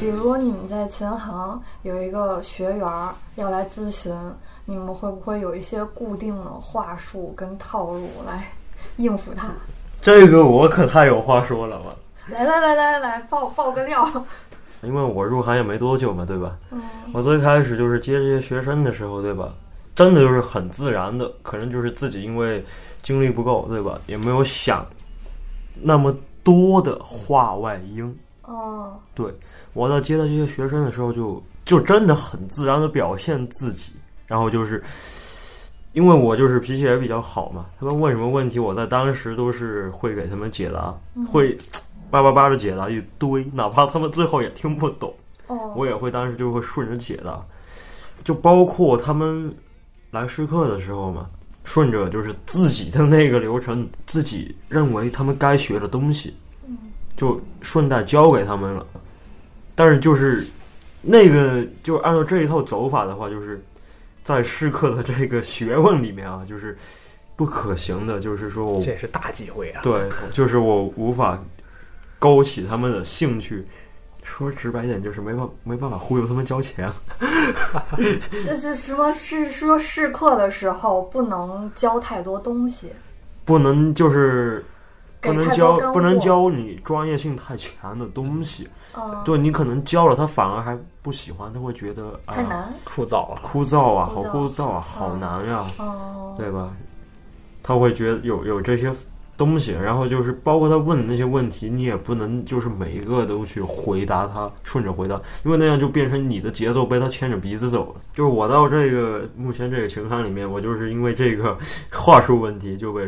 Speaker 1: 比如你们在琴行有一个学员儿要来咨询，你们会不会有一些固定的话术跟套路来应付他？
Speaker 3: 这个我可太有话说了吧，
Speaker 1: 来来来来来，爆爆个料！
Speaker 3: 因为我入行也没多久嘛，对吧？
Speaker 1: 嗯，
Speaker 3: 我最开始就是接这些学生的时候，对吧？真的就是很自然的，可能就是自己因为精力不够，对吧？也没有想那么多的话外音。
Speaker 1: 哦，
Speaker 3: 对我在接待这些学生的时候就，就真的很自然的表现自己，然后就是因为我就是脾气也比较好嘛，他们问什么问题，我在当时都是会给他们解答，
Speaker 1: 嗯
Speaker 3: 会叭叭叭的解答一堆，哪怕他们最后也听不懂。
Speaker 1: 哦，
Speaker 3: 我也会当时就会顺着解答，就包括他们来试课的时候嘛，顺着就是自己的那个流程，自己认为他们该学的东西，就顺带教给他们了。但是就是那个就按照这一套走法的话，就是在试课的这个学问里面啊，就是不可行的，就是说我
Speaker 2: 这是大忌讳啊！
Speaker 3: 对，就是我无法勾起他们的兴趣。说直白一点，就是没办没办法忽悠他们交钱。啊
Speaker 1: 这这什么是说试课的时候不能教太多东西，
Speaker 3: 不能就是
Speaker 1: 给
Speaker 3: 不能
Speaker 1: 太
Speaker 3: 教
Speaker 1: 多干
Speaker 3: 不能
Speaker 1: 货，
Speaker 3: 教你专业性太强的东西，
Speaker 1: 嗯，
Speaker 3: 对你可能教了他反而还不喜欢，他会觉得啊、
Speaker 1: 太难，
Speaker 2: 枯燥了。
Speaker 3: 枯燥啊，
Speaker 1: 枯
Speaker 3: 好
Speaker 1: 燥
Speaker 3: 枯燥啊，好
Speaker 1: 嗯
Speaker 3: 难呀、
Speaker 1: 哦，
Speaker 3: 对吧？他会觉得有有这些东西，然后就是包括他问的那些问题，你也不能就是每一个都去回答他，顺着回答，因为那样就变成你的节奏被他牵着鼻子走了。就是我到这个目前这个情况里面，我就是因为这个 <laughs> 话术问题就被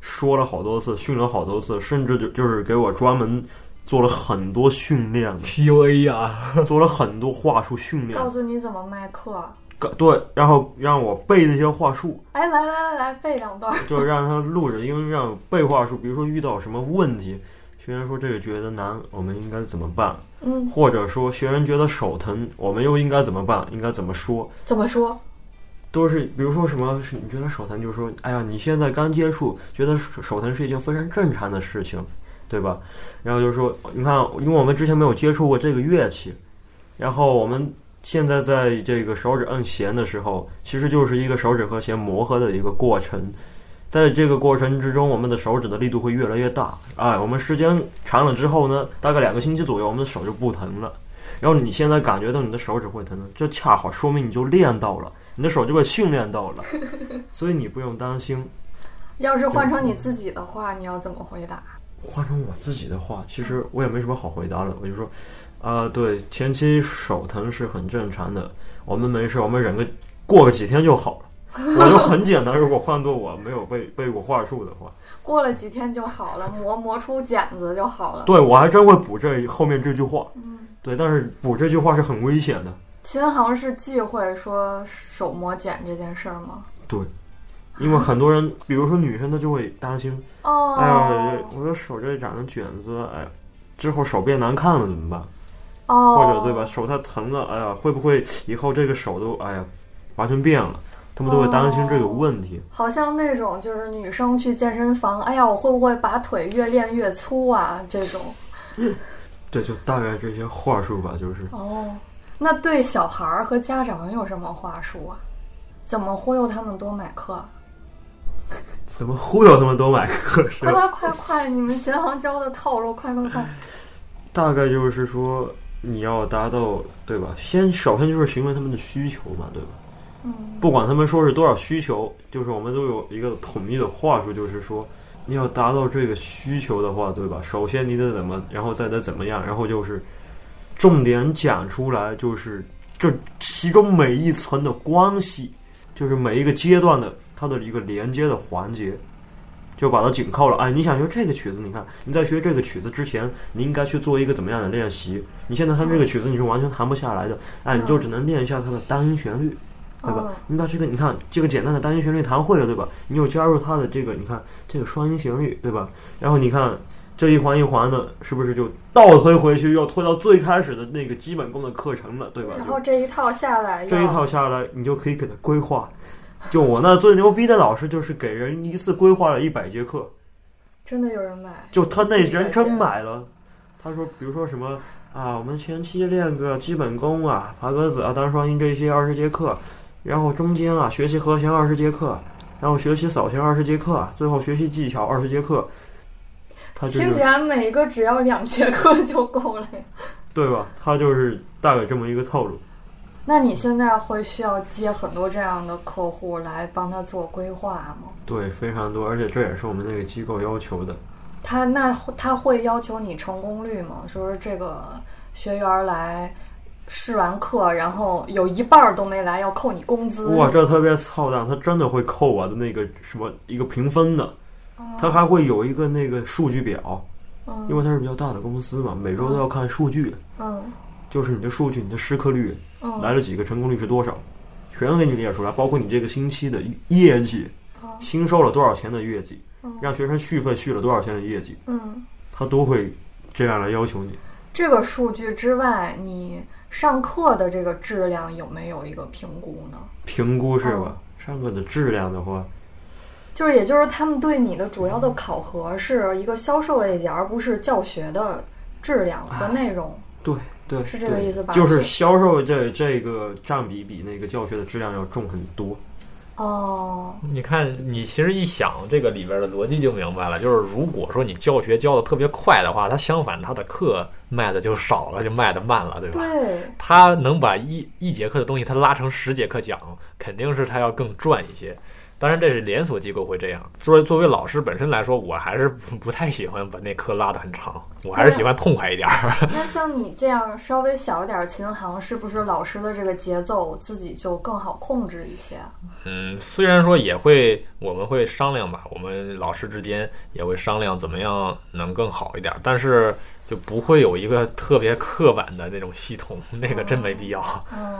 Speaker 3: 说了好多次，训了好多次，甚至就就是给我专门做了很多
Speaker 1: <laughs>
Speaker 3: 训练
Speaker 2: PUA 呀，
Speaker 3: 的，做了很多话术训练
Speaker 1: 告，诉你怎么卖课。
Speaker 3: 搞对，然后让我背那些话术，
Speaker 1: 哎，来来来来，背两段。
Speaker 3: 就是让他录着，因为让背话术，比如说遇到什么问题，学员说这个觉得难，我们应该怎么办？
Speaker 1: <laughs> 嗯，
Speaker 3: 或者说学员觉得手疼，我们又应该怎么办？应该怎么说？
Speaker 1: 怎么说？
Speaker 3: 都是比如说什么，是你觉得手疼，就说，哎呀，你现在刚接触，觉得手手疼是一件非常正常的事情，对吧？然后就说，你看，因为我们之前没有接触过这个乐器，然后我们现在在这个手指摁弦的时候，其实就是一个手指和弦磨合的一个过程。在这个过程之中，我们的手指的力度会越来越大。哎，我们时间长了之后呢，大概两个星期左右，我们的手就不疼了。然后你现在感觉到你的手指会疼了，这恰好说明你就练到了，你的手就被训练到了， <laughs> 所以你不用担心。
Speaker 1: 要是换成你自己的话，你要怎么回答？
Speaker 3: 换成我自己的话，其实我也没什么好回答了，我就说，啊、对，前期手疼是很正常的，我们没事，我们忍个过个几天就好了。我就很简单，如果换做我没有背背过话术的话，
Speaker 1: 过了几天就好了，
Speaker 3: <laughs>
Speaker 1: 磨磨出茧子就好了。
Speaker 3: 对我还真会补这后面这句话。
Speaker 1: 嗯，
Speaker 3: 对，但是补这句话是很危险的，
Speaker 1: 琴行是忌讳说手磨茧这件事儿吗？
Speaker 3: 因为很多人，比如说女生，她就会担心
Speaker 1: 哦，
Speaker 3: 哎呀，我的手这里长了茧子，哎，之后手变难看了怎么办？
Speaker 1: 哦，
Speaker 3: 或者对吧，？手太疼了，哎呀，会不会以后这个手都哎呀完全变了？他们都会担心这个问题。
Speaker 1: 好像那种就是女生去健身房，哎呀，我会不会把腿越练越粗啊？这种
Speaker 3: 对，就大概这些话术吧，就是
Speaker 1: 哦，那对小孩儿和家长有什么话术啊？怎么忽悠他们多买课？
Speaker 3: 怎么忽悠他们多买课是
Speaker 1: 快
Speaker 3: 吧？
Speaker 1: 快快快！你们琴行教的套路，快快
Speaker 3: <laughs>
Speaker 1: 快！
Speaker 3: 大概就是说你要达到对吧？先首先就是询问他们的需求嘛，对吧？
Speaker 1: 嗯，
Speaker 3: 不管他们说是多少需求，就是我们都有一个统一的话术，就是说你要达到这个需求的话，对吧？首先你得怎么，然后再得怎么样，然后就是重点讲出来，就是这其中每一层的关系，就是每一个阶段的它的一个连接的环节。就把它紧扣了。哎，你想学这个曲子，你看你在学这个曲子之前，你应该去做一个怎么样的练习？你现在弹这个曲子，你是完全弹不下来的。哎，你就只能练一下它的单音旋律。对吧
Speaker 1: 嗯？
Speaker 3: 你把这个，你看这个简单的单音旋律弹会了，对吧？你有加入它的这个，你看这个双音旋律，对吧？然后你看这一环一环的，是不是就倒推回去，又推到最开始的那个基本功的课程了，对吧？
Speaker 1: 嗯然后
Speaker 3: 就
Speaker 1: 这一套下来，
Speaker 3: 这一套下来，你就可以给它规划。就我那最牛逼的老师，就是给人一次规划了一百节课，
Speaker 1: 真的有人买，
Speaker 3: 就他那
Speaker 1: 自己买
Speaker 3: 人真
Speaker 1: 鞋
Speaker 3: 买了，他说，比如说什么啊，我们前期练个基本功啊，爬格子啊，单双音这些二十节课，然后中间啊学习和弦二十节课，然后学习扫弦二十节课，最后学习技巧二十节课，他这
Speaker 1: 听起
Speaker 3: 个
Speaker 1: 来每一个只要两节课就够了呀。
Speaker 3: 对吧？他就是大概这么一个套路。
Speaker 1: 那你现在会需要接很多这样的客户来帮他做规划吗？
Speaker 3: 对，非常多，而且这也是我们那个机构要求的。
Speaker 1: 他那他会要求你成功率吗？说是这个学员来试完课，然后有一半儿都没来，要扣你工资。
Speaker 3: 哇，这特别操蛋，他真的会扣我的那个什么一个评分的，
Speaker 1: 嗯
Speaker 3: 他还会有一个那个数据表，因
Speaker 1: 嗯
Speaker 3: 为它是比较大的公司嘛，每周都要看数据，
Speaker 1: 嗯
Speaker 3: 就是你的数据、你的失客率、来
Speaker 1: 嗯，
Speaker 3: 了几个、成功率是多少，全给你列出来，包括你这个星期的业绩，
Speaker 1: 好
Speaker 3: 新收了多少钱的业绩，
Speaker 1: 嗯
Speaker 3: 让学生续费续了多少钱的业绩，
Speaker 1: 嗯。
Speaker 3: 他都会这样来要求你。
Speaker 1: 这个数据之外，你上课的这个质量有没有一个评估呢？
Speaker 3: 评估是
Speaker 1: 哦
Speaker 3: 吧？上课的质量的话，
Speaker 1: 就是，也就是他们对你的主要的考核是一个销售类型，而不是教学的质量和内容，
Speaker 3: 对，
Speaker 1: 是这个
Speaker 3: 对
Speaker 1: 意思吧？
Speaker 3: 就是销售这这个占比比那个教学的质量要重很多。
Speaker 1: 哦，
Speaker 2: 你看，你其实一想这个里边的逻辑就明白了，就是如果说你教学教的特别快的话，它相反它的课卖的就少了，就卖的慢了，对吧？
Speaker 1: 对，
Speaker 2: 他能把一一节课的东西，他拉成十节课讲，肯定是他要更赚一些。当然，这是连锁机构会这样。作为作为老师本身来说，我还是不不太喜欢把那课拉得很长，我还是喜欢痛快一点儿。 <laughs>
Speaker 1: 那像你这样稍微小一点儿琴行，是不是老师的这个节奏自己就更好控制一些？啊
Speaker 2: 嗯，虽然说也会，我们会商量吧，我们老师之间也会商量怎么样能更好一点，但是就不会有一个特别刻板的那种系统，那个真没必要。
Speaker 1: 嗯，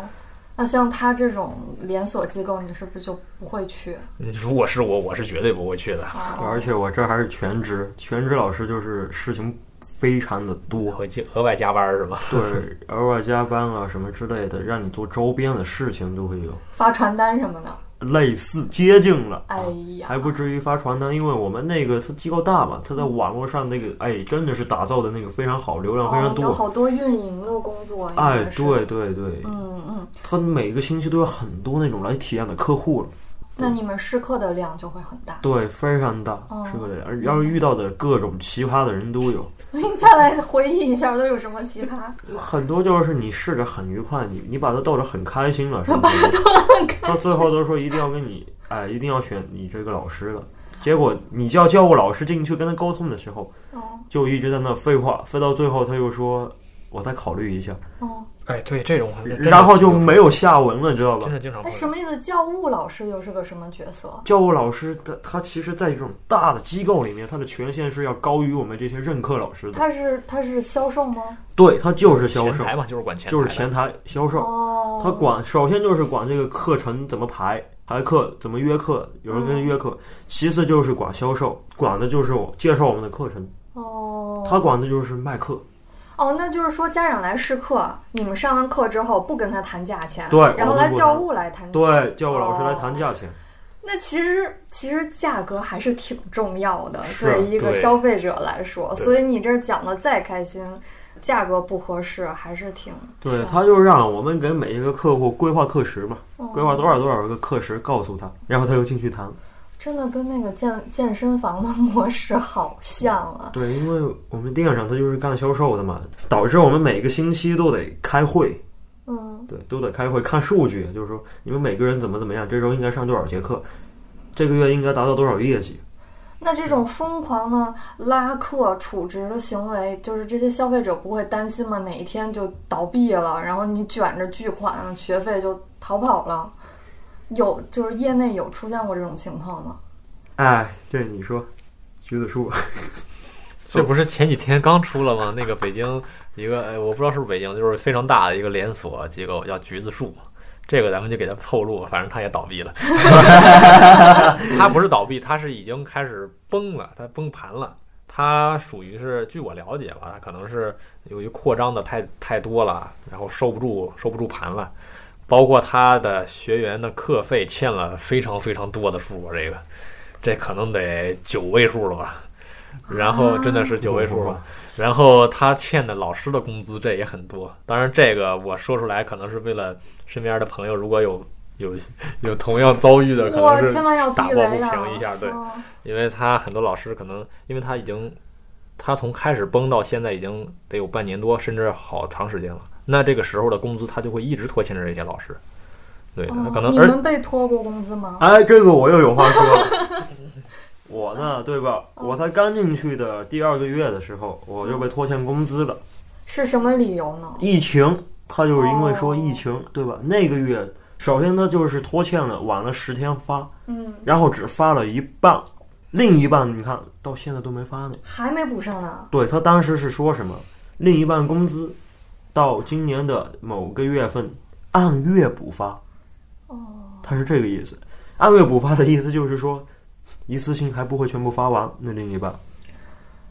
Speaker 1: 那像他这种连锁机构，你是不是就不会去？
Speaker 2: 嗯如果是我，我是绝对不会去的，
Speaker 1: 啊，
Speaker 3: 而且我这还是全职，全职老师就是事情非常的
Speaker 2: 我
Speaker 3: 多，
Speaker 2: 会加额外加班儿是
Speaker 1: <laughs>
Speaker 2: 吧？
Speaker 3: 对，偶尔加班啊什么之类的，让你做周边的事情都会有，
Speaker 1: 发传单什么的。
Speaker 3: 类似接近了，
Speaker 1: 哎呀，
Speaker 3: 啊还不至于发传单，因为我们那个它机构大嘛，它在网络上那个哎真的是打造的那个非常好，流量非
Speaker 1: 嗯哦，
Speaker 3: 常
Speaker 1: 有
Speaker 3: 多，
Speaker 1: 好多运营的工作。应该
Speaker 3: 哎，
Speaker 1: 是，
Speaker 3: 对对对，
Speaker 1: 嗯嗯，
Speaker 3: 它每个星期都有很多那种来体验的客户了。
Speaker 1: 那你们试课的量就会很大。 <laughs>
Speaker 3: 对，非常大，
Speaker 1: 哦
Speaker 3: 是的，而要是遇到的各种奇葩的人都有，
Speaker 1: 你再来回忆一下都有什么奇葩？
Speaker 3: 很多就是你试着很愉快，你你把他逗得很开心了，是吧？到最后都说一定要跟你，哎，一定要选你这个老师了。结果你叫叫我老师进去跟他沟通的时候，
Speaker 1: 哦
Speaker 3: 就一直在那废话，废到最后他又说我再考虑一下，
Speaker 1: 哦，
Speaker 2: 哎，对这种，
Speaker 3: 然后就没有下文了，你知道吧
Speaker 2: 真？的经常
Speaker 1: 哎，什么意思？教务老师又是个什么角色？
Speaker 3: 教务老师他他其实，在这种大的机构里面，他的权限是要高于我们这些任课老师的，
Speaker 1: 他是他是销售吗？
Speaker 3: 对他就是销售
Speaker 2: 前，台嘛，就是管前台，
Speaker 3: 就是。前台销售。
Speaker 1: 哦，
Speaker 3: 他管首先就是管这个课程怎么排，排课怎么约课，有人跟他约
Speaker 1: 哦
Speaker 3: 课。其次就是管销售，管的就是我介绍我们的课程。
Speaker 1: 哦，
Speaker 3: 他管的就是卖课，
Speaker 1: 哦，那就是说家长来试课，你们上完课之后不跟他谈价钱，
Speaker 3: 对
Speaker 1: 然
Speaker 3: 我
Speaker 1: 后
Speaker 3: 们
Speaker 1: 来
Speaker 3: 不
Speaker 1: 教
Speaker 3: 谈
Speaker 1: 务来谈。，
Speaker 3: 对，叫我老师来谈价钱。
Speaker 1: 那其实其实价格还是挺重要的，
Speaker 3: 是
Speaker 1: 对一个
Speaker 2: 对
Speaker 1: 消费者来说，
Speaker 2: 对
Speaker 1: 所以你这讲的再开心，价格不合适还是挺
Speaker 3: 对，
Speaker 1: 是啊
Speaker 3: 他就让我们给每一个客户规划课时嘛，
Speaker 1: 嗯
Speaker 3: 规划多少多少个课时，告诉他，然后他就进去谈。
Speaker 1: 真的跟那个健健身房的 <laughs> 模式好像啊。
Speaker 3: 对，因为我们店长他就是干销售的嘛，导致我们每个星期都得开会，
Speaker 1: 嗯，
Speaker 3: 对，都得开会看数据，就是说你们每个人怎么怎么样，这周应该上多少节课，这个月应该达到多少业绩。
Speaker 1: 那这种疯狂的拉客储值的行为，就是这些消费者不会担心吗？哪一天就倒闭了，然后你卷着巨款啊学费就逃跑了？有，就是业内有出现过这种情况吗？
Speaker 3: 哎，这你说，橘子树，
Speaker 2: 这不是前几天刚出了吗？那个北京一个，哎，我不知道是不是北京，就是非常大的一个连锁机构，叫橘子树。这个咱们就给它透露，反正它也倒闭了。 <laughs> 它不是倒闭，它是已经开始崩了，它崩盘了。它属于是，据我了解吧，它可能是由于扩张的太太多了，然后收不住收不住盘了，包括它的学员的课费欠了非常非常多的数啊，这个这可能得九位数了吧。然后真的是九位数吧，然后他欠的老师的工资这也很多，当然这个我说出来可能是为了身边的朋友，如果有有有同样遭遇的，呃可
Speaker 1: 哇
Speaker 2: 能，是
Speaker 1: 千万要避
Speaker 2: 打抱
Speaker 1: 雷啊！
Speaker 2: 不平一下对
Speaker 1: 嗯
Speaker 2: 因为他很多老师可能因为他已经他从开始崩到现在已经得有半年多，甚至好长时间了，那这个时候的工资他就会一直拖欠着这些老师，对他可
Speaker 1: 嗯
Speaker 2: 能
Speaker 1: 你
Speaker 2: 而
Speaker 1: 们被拖过工资吗？
Speaker 3: 哎，这个我又有话说了。我呢，对吧？我才刚进去的第二个月的时候，我就被拖欠工资了。
Speaker 1: 是什么理由呢？
Speaker 3: 疫情，他就是因为说
Speaker 1: 哦
Speaker 3: 疫情，对吧？那个月，首先他就是拖欠了，晚了十天发，
Speaker 1: 嗯，
Speaker 3: 然后只发了一半，另一半你看到现在都没发呢。
Speaker 1: 还没补上呢。
Speaker 3: 对他当时是说什么？另一半工资到今年的某个月份按月补发，
Speaker 1: 哦，
Speaker 3: 他是这个意思。按月补发的意思就是说，一次性还不会全部发完，那另一半。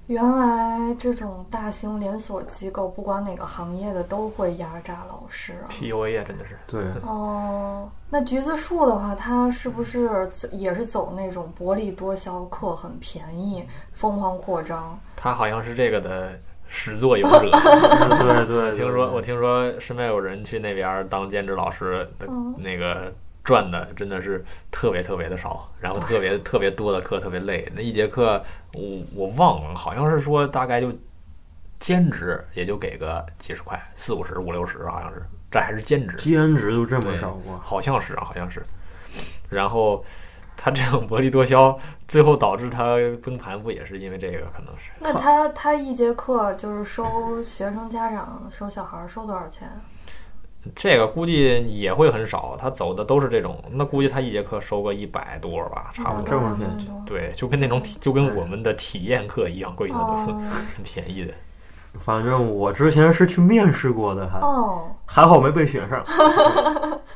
Speaker 1: 原来这种大型连锁机构，不管哪个行业的都会压榨老师啊。
Speaker 2: PUA 啊，真的是 <laughs>
Speaker 3: 对，
Speaker 1: 哦，那橘子树的话，它是不是走也是走那种薄利多销、课很便宜、疯狂扩张？
Speaker 2: 他好像是这个的始作俑
Speaker 1: <laughs>
Speaker 2: 者。
Speaker 3: 对
Speaker 2: <laughs>
Speaker 3: 对，
Speaker 2: 听说我听说身边有人去那边当兼职老师的
Speaker 1: 嗯
Speaker 2: 那个赚的真的是特别特别的少，然后特别特别多的课特别累。那一节课我我忘了，好像是说大概就兼职也就给个几十块，四五十、五六十，好像是，这还是兼职。
Speaker 3: 兼职都这么
Speaker 2: 对
Speaker 3: 少吗？
Speaker 2: 好像是啊，好像是。然后他这样薄利多销，最后导致他崩盘，不也是因为这个？可能是
Speaker 1: 那他他一节课就是收学生、家长、收小孩儿收多少钱？
Speaker 2: 这个估计也会很少，他走的都是这种。那估计他一节课收个一百多吧，差不
Speaker 3: 嗯
Speaker 2: 多。
Speaker 3: 这么便宜
Speaker 1: 宜。
Speaker 2: 对，就跟那种体就跟我们的体验课一样，贵的都是
Speaker 1: 哦
Speaker 2: <laughs> 很便宜的。
Speaker 3: 反正我之前是去面试过的， <laughs> 还
Speaker 1: 哦，
Speaker 3: 还好没被
Speaker 1: <laughs>
Speaker 3: 选上。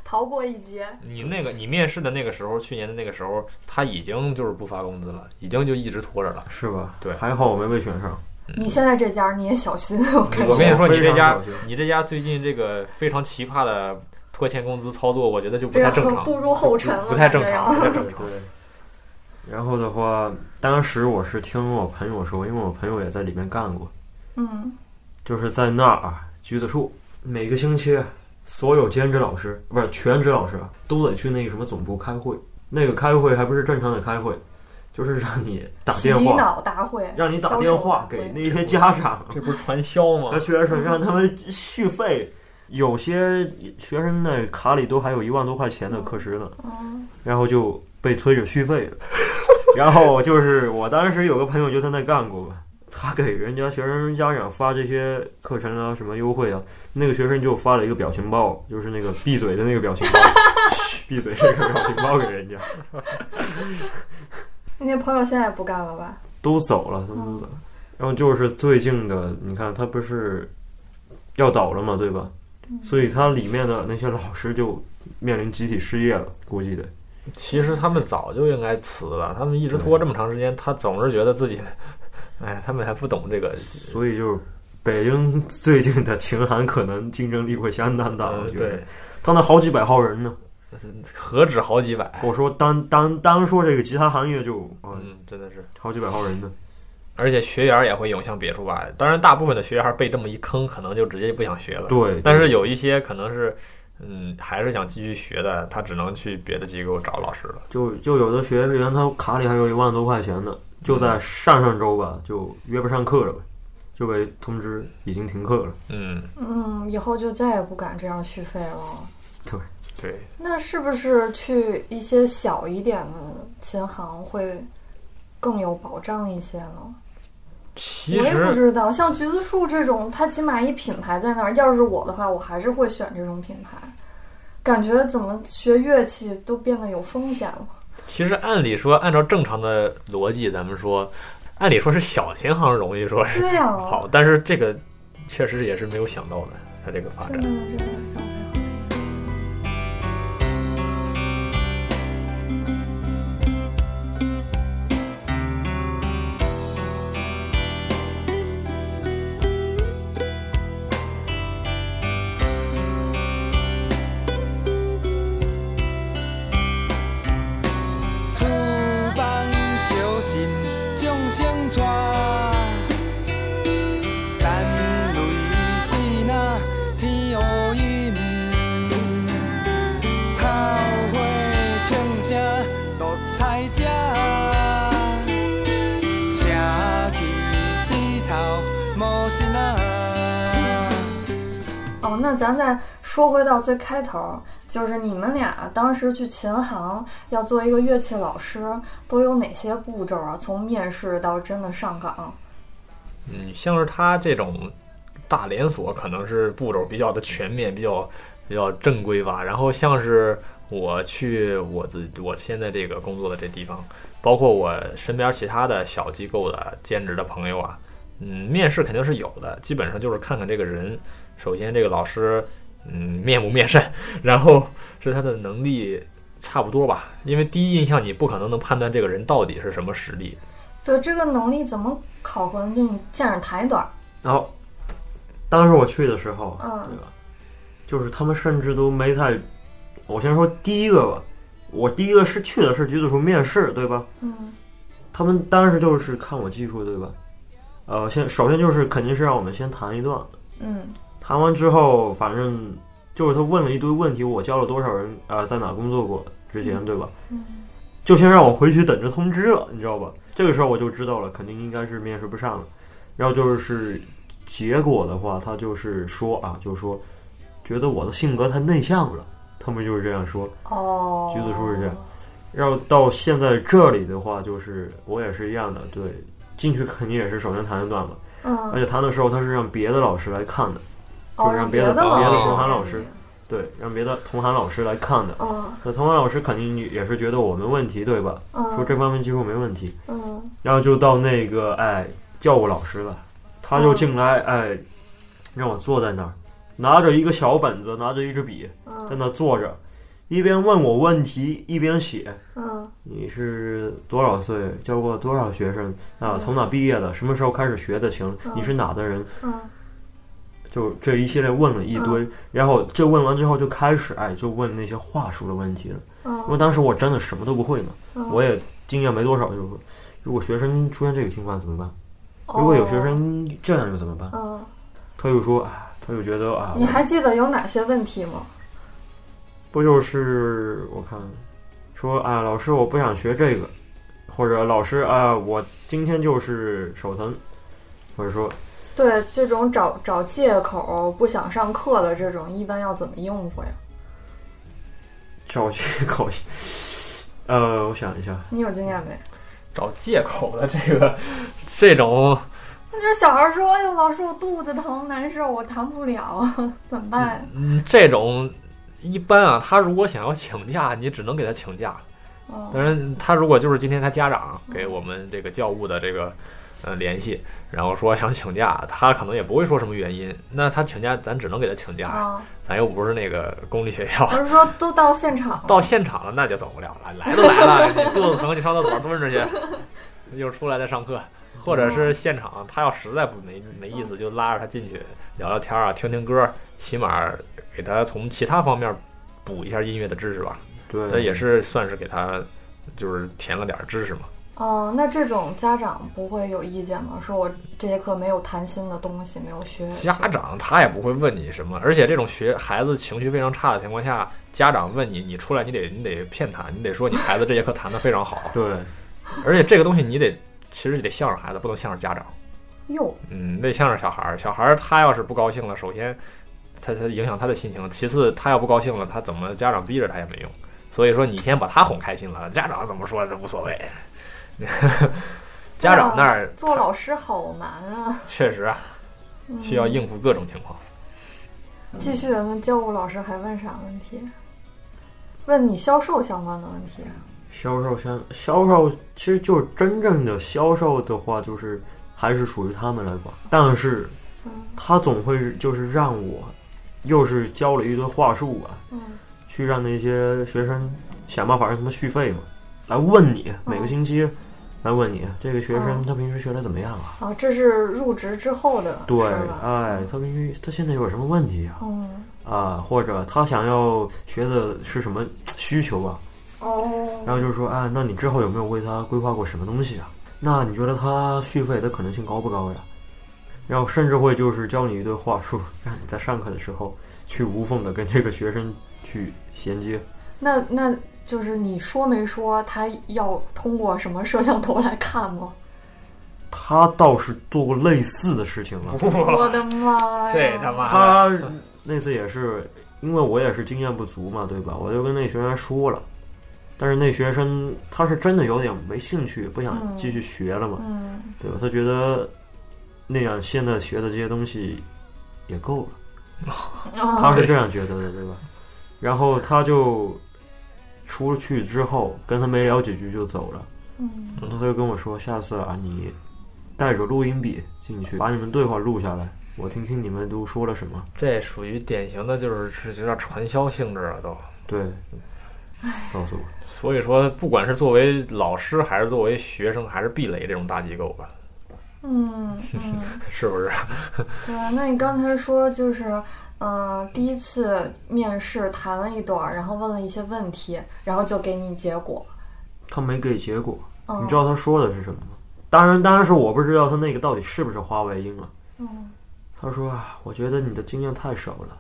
Speaker 1: 逃过一劫。
Speaker 2: 你那个你面试的那个时候，去年的那个时候，他已经就是不发工资了，已经就一直拖着
Speaker 1: <laughs>
Speaker 2: 了。
Speaker 3: 是吧？
Speaker 2: 对
Speaker 3: 还好我没被选
Speaker 2: <laughs>
Speaker 3: 上。
Speaker 1: 你现在这家儿你也小心，哦我跟
Speaker 2: 我
Speaker 1: 你
Speaker 2: 跟你说，你这家
Speaker 3: 我非常小心
Speaker 2: 你这家最近这个非常奇葩的拖欠工资操作，我觉得就不
Speaker 1: 这
Speaker 2: 太
Speaker 1: 个
Speaker 2: 正
Speaker 1: 可
Speaker 2: 常，
Speaker 1: 步入后尘了，
Speaker 2: 不太正
Speaker 1: 感觉
Speaker 2: 常，
Speaker 1: 啊。
Speaker 2: 不太正常。
Speaker 3: 对。 <laughs> 然后的话，当时我是听我朋友说，因为我朋友也在里面干过，
Speaker 1: 嗯，
Speaker 3: 就是在那儿啊，橘子树，每个星期所有兼职老师不是全职老师啊都得去那个什么总部开会，那个开会还不是正常的开会，就是让你打
Speaker 1: 洗
Speaker 3: 电话，
Speaker 1: 脑大会，
Speaker 3: 让你打
Speaker 1: 销售
Speaker 3: 电
Speaker 1: 大
Speaker 3: 话
Speaker 1: 会
Speaker 3: 给那些家长
Speaker 2: <laughs> 这不是传销
Speaker 3: 和
Speaker 2: 吗？
Speaker 3: 学生，让他们续费。有些学生那卡里都还有一万多块钱的课时呢，
Speaker 1: 嗯
Speaker 3: 然后就被催着续费了。然后就是我当时有个朋友就在那干过嘛，他给人家学生家长发这些课程啊、什么优惠啊，那个学生就发了一个表情包，就是那个闭嘴的那个表情包，嘘闭嘴这个表情包给人家，
Speaker 1: 你那朋友现在不干了吧？
Speaker 3: 都走了，他们都走了。然后就是最近的，你看他不是要倒了嘛，对吧？所以他里面的那些老师就面临集体失业了，估计的。
Speaker 2: 其实他们早就应该辞了，他们一直拖这么长时间，他总是觉得自己，哎，他们还不懂这个。
Speaker 3: 所以就是北京最近的秦韩可能竞争力会相当大，我
Speaker 2: 嗯
Speaker 3: 觉得。
Speaker 2: 对，
Speaker 3: 他那好几百号人呢。
Speaker 2: 何止好几百？
Speaker 3: 我说单单单说这个吉他行业就
Speaker 2: 哎
Speaker 3: 啊、
Speaker 2: 嗯，真的是，
Speaker 3: 好几百号人呢。
Speaker 2: 而且学员也会涌向别处吧。当然，大部分的学员被这么一坑，可能就直接不想学了。
Speaker 3: 对，
Speaker 2: 但是有一些可能是，嗯，还是想继续学的，他只能去别的机构找老师了。
Speaker 3: 就就有的学员他卡里还有一万多块钱呢，
Speaker 2: 嗯
Speaker 3: 就在上上周吧，就约不上课了呗，就被通知已经停课了。
Speaker 2: 嗯，
Speaker 1: 嗯，以后就再也不敢这样续费了。
Speaker 2: 对，
Speaker 1: 那是不是去一些小一点的琴行会更有保障一些呢？
Speaker 2: 其
Speaker 1: 我也不
Speaker 2: 实
Speaker 1: 知道，像橘子树这种，它起码一品牌在那儿。要是我的话，我还是会选这种品牌。感觉怎么学乐器都变得有风险了。
Speaker 2: 其实按理说，按照正常的逻辑，咱们说，按理说是小琴行容易说是
Speaker 1: 对呀、
Speaker 2: <laughs> 好，但是这个确实也是没有想到的，它这个发
Speaker 1: 真
Speaker 2: 展
Speaker 1: 的。真的教会好。
Speaker 4: 厝房桥心众生带，等雷死那天乌阴，炮火枪声独裁者，城去死草无心啊。
Speaker 1: 哦，那咱再说回到最开头，就是你们俩当时去琴行要做一个乐器老师，都有哪些步骤啊？从面试到真的上岗，
Speaker 2: 嗯，像是它这种大连锁，可能是步骤比较的全面，比较比较正规吧。然后像是我去我自我现在这个工作的这地方，包括我身边其他的小机构的兼职的朋友啊，嗯，面试肯定是有的，基本上就是看看这个人，首先这个老师，嗯，面不面善， <laughs> 然后是他的能力。差不多吧，因为第一印象你不可能能判断这个人到底是什么实力，
Speaker 1: 对这个能力怎么考核呢？就你见着台短儿，
Speaker 3: 然后当时我去的时候，
Speaker 1: 嗯
Speaker 3: 对吧？就是他们甚至都没太，我先说第一个吧，我第一个是去的是橘子树面试，对吧？
Speaker 1: 嗯
Speaker 3: 他们当时就是看我技术，对吧？呃，先首先就是肯定是让我们先谈一段，
Speaker 1: 嗯
Speaker 3: 谈完之后，反正就是他问了一堆问题，我教了多少人啊、呃在哪工作过之前，对吧？
Speaker 1: 嗯
Speaker 3: 就先让我回去等着通知了，你知道吧？这个时候我就知道了，肯定应该是面试不上了。然后就是结果的话，他就是说啊，就是说觉得我的性格太内向了，他们就是这样说。
Speaker 1: 哦，
Speaker 3: 橘子树是这样然后到现在这里的话，就是我也是一样的，对，进去肯定也是首先谈一段嘛，而
Speaker 1: 嗯，
Speaker 3: 且弹的时候他是让别的老师来看的，
Speaker 1: 哦，
Speaker 3: 让
Speaker 1: 让
Speaker 3: 别
Speaker 1: 的
Speaker 3: 的
Speaker 2: 别的
Speaker 1: 师
Speaker 2: 同
Speaker 3: 行老
Speaker 1: 给
Speaker 3: 师
Speaker 1: 你，
Speaker 3: 对，让别的同行老师来看的。
Speaker 1: 嗯
Speaker 3: 那同行老师肯定也是觉得我没问题，对吧？说
Speaker 1: 嗯
Speaker 3: 这方面技术没问题，
Speaker 1: 嗯，
Speaker 3: 然后就到那个哎教务老师了，他
Speaker 1: 嗯
Speaker 3: 就进来哎让我坐在那儿，拿着一个小本子，拿着一支笔，
Speaker 1: 嗯
Speaker 3: 在那坐着，一边问我问题，一边写。
Speaker 1: 嗯
Speaker 3: 你是多少岁？教过多少学生？啊，
Speaker 1: 嗯
Speaker 3: 从哪毕业的？什么时候开始学的琴？
Speaker 1: 嗯
Speaker 3: 你是哪的人？
Speaker 1: 嗯
Speaker 3: 就这一系列问了一堆，然后这问完之后就开始哎，就问那些话术的问题了。因
Speaker 1: 嗯，
Speaker 3: 为当时我真的什么都不会嘛，
Speaker 1: 嗯
Speaker 3: 我也经验没多少，就是如果学生出现这个情况怎么办？如果有学生这样又怎么办？
Speaker 1: 哦，
Speaker 3: 他又说啊，他又觉得啊
Speaker 1: 嗯，，你还记得有哪些问题吗？
Speaker 3: 不就是我看说啊，老师我不想学这个，或者老师啊，我今天就是手疼，或者说
Speaker 1: 对，这种找找借口不想上课的这种，一般要怎么应付呀？
Speaker 3: 找借口。呃，我想一下，
Speaker 1: 你有经验没？
Speaker 2: 找借口的这个这种，
Speaker 1: 那就是小孩说：“哎呦，老师，我肚子疼，难受，我弹不了，怎么办
Speaker 2: 嗯，这种一般啊，他如果想要请假，你只能给他请假。？”
Speaker 1: 嗯
Speaker 2: 当然，他如果就是今天他家长给我们这个教务的这个呃联系，然后说想请假，他可能也不会说什么原因。那他请假，咱只能给他请假，
Speaker 1: 啊，
Speaker 2: 咱又不是那个公立学校
Speaker 1: 我。是说都到现场了，
Speaker 2: 到现场了，那就走不了了。来都来了，你肚子疼，你上厕所蹲着去，又出来再上课，或者是现场，他要实在不没没意思，就拉着他进去聊聊天啊，听听歌，起码给他从其他方面补一下音乐的知识吧。
Speaker 3: 对，
Speaker 2: 这也是算是给他就是填了点儿知识嘛。
Speaker 1: 哦，那这种家长不会有意见吗？说我这节课没有谈心的东西，没有学
Speaker 2: 家长他也不会问你什么，而且这种学孩子情绪非常差的情况下，家长问你，你出来你得你得骗他，你得说你孩子这节课弹得非常好，
Speaker 3: 对，
Speaker 2: 而且这个东西你得其实得向着孩子，不能向着家长。
Speaker 1: 哟，
Speaker 2: 嗯，那像是小孩儿，小孩儿他要是不高兴了，首先他他影响他的心情，其次他要不高兴了，他怎么家长逼着他也没用。所以说你先把他哄开心了，家长怎么说这无所谓。 <laughs> 家长那儿
Speaker 1: 嗯做老师好难啊，
Speaker 2: 确实啊，
Speaker 1: 嗯
Speaker 2: 需要应付各种情况。
Speaker 1: 继续，那教务老师还问啥问题？问你销售相关的问题。
Speaker 3: 销售相销售其实就是真正的销售的话，就是还是属于他们来管，但是
Speaker 1: 嗯
Speaker 3: 他总会就是让我，又是教了一堆话术啊，
Speaker 1: 嗯
Speaker 3: 去让那些学生想办法让他们续费嘛，来问你每个星期，来问你这个学生
Speaker 1: 嗯
Speaker 3: 他平时学的怎么样啊？
Speaker 1: 啊，这是入职之后的事
Speaker 3: 对
Speaker 1: 儿，吧？
Speaker 3: 哎，他平时他现在有什么问题啊？
Speaker 1: 嗯，
Speaker 3: 啊，或者他想要学的是什么需求啊？然
Speaker 1: 哦，
Speaker 3: 后就是说，啊，那你之后有没有为他规划过什么东西啊？那你觉得他续费的可能性高不高呀？然后甚至会就是教你一堆话术，让你在上课的时候去无缝的跟这个学生去衔接。
Speaker 1: 那那就是你说没说他要通过什么摄像头来看吗？
Speaker 3: 他倒是做过类似的事情
Speaker 1: 嗯
Speaker 3: 了，
Speaker 1: 我的妈哎
Speaker 2: <laughs>
Speaker 1: 呀！
Speaker 2: 这他妈
Speaker 3: 他那次也是，因为我也是经验不足嘛，对吧？我就跟那学生说了，但是那学生他是真的有点没兴趣，不想
Speaker 1: 嗯
Speaker 3: 继续学了嘛，
Speaker 1: 嗯
Speaker 3: 对吧？他觉得那样现在学的这些东西也够了，
Speaker 1: 啊，
Speaker 3: 他是这样觉得的，对吧？然后他就出去之后跟他没聊几句就走了，
Speaker 1: 嗯
Speaker 3: 然后他就跟我说，下次啊你带着录音笔进去，把你们对话录下来，我听听你们都说了什么。
Speaker 2: 这属于典型的，就是是有点传销性质了都。
Speaker 3: 对，告诉我。
Speaker 2: 所以说，不管是作为老师，还是作为学生，还是避雷这种大机构吧，
Speaker 1: 嗯嗯。
Speaker 2: 是不是？
Speaker 1: 对，啊那你刚才说就是，嗯、第一次面试谈了一段儿，然后问了一些问题，然后就给你结果。
Speaker 3: 他没给结果。
Speaker 1: 嗯，
Speaker 3: 你知道他说的是什么吗？当然，当然是我不知道他那个到底是不是花外音了。
Speaker 1: 嗯
Speaker 3: 他说啊，我觉得你的经验太少了。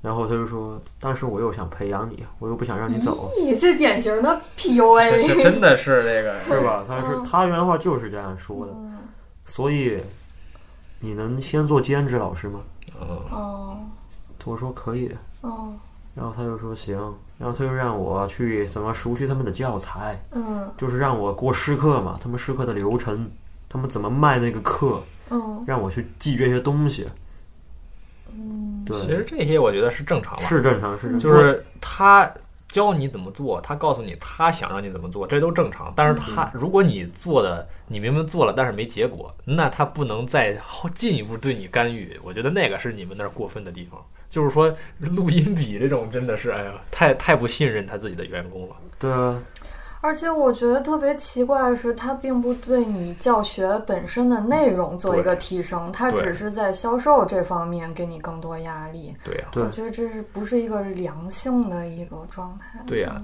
Speaker 3: 然后他就说，但是我又想培养你，我又不想让你走，
Speaker 1: 你这典型的
Speaker 5: 这
Speaker 1: <laughs> PUA，
Speaker 5: 这真的是这个，
Speaker 3: 是吧？他是
Speaker 1: 嗯
Speaker 3: 他原话就是这样说的，
Speaker 1: 嗯
Speaker 3: 所以你能先做兼职老师吗？
Speaker 2: 嗯，
Speaker 1: 哦
Speaker 3: 我说可以，
Speaker 1: 哦
Speaker 3: 然后他就说行，然后他就让我去怎么熟悉他们的教材，
Speaker 1: 嗯
Speaker 3: 就是让我过师课嘛，他们师课的流程，他们怎么卖那个课，
Speaker 1: 嗯
Speaker 3: 让我去记这些东西，
Speaker 1: 嗯
Speaker 3: 对，
Speaker 2: 其实这些我觉得是正常吧，
Speaker 3: 是正常，是正常，
Speaker 2: 就是他教你怎么做，他告诉你他想让你怎么做，这都正常。但是他如果你做的你明明做了，但是没结果，那他不能再后进一步对你干预。我觉得那个是你们那儿过分的地方。就是说，录音笔这种真的是，哎呀，太太不信任他自己的员工了。
Speaker 3: 对啊，
Speaker 1: 而且我觉得特别奇怪的是，他并不对你教学本身的内容做一个提升，他
Speaker 2: 对
Speaker 1: 只是在销售这方面给你更多压力。
Speaker 2: 对呀、
Speaker 3: 对
Speaker 1: 我觉得这是不是一个良性的一个状态？
Speaker 2: 对呀、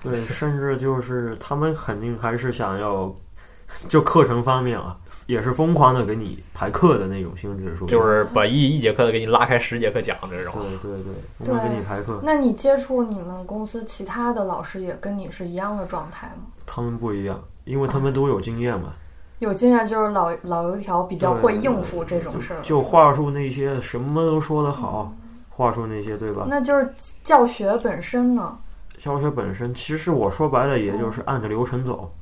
Speaker 3: 对，甚至就是他们肯定还是想要，就课程方面啊，也是疯狂的给你排课的那种性质，说
Speaker 2: 就是把一一节课给你拉开十节课讲这种。
Speaker 3: 对对对，疯狂给你排课，
Speaker 1: 那你接触你们公司其他的老师也跟你是一样的状态吗？
Speaker 3: 他们不一样，因为他们都有经验嘛，
Speaker 1: 有经验就是老老油条比较会应付这种事儿，嗯
Speaker 3: 就话术那些什么都说得好，话术那些对吧？
Speaker 1: 那就是教学本身呢。
Speaker 3: 教学本身其实我说白了，也
Speaker 1: 嗯
Speaker 3: 就是按着流程走，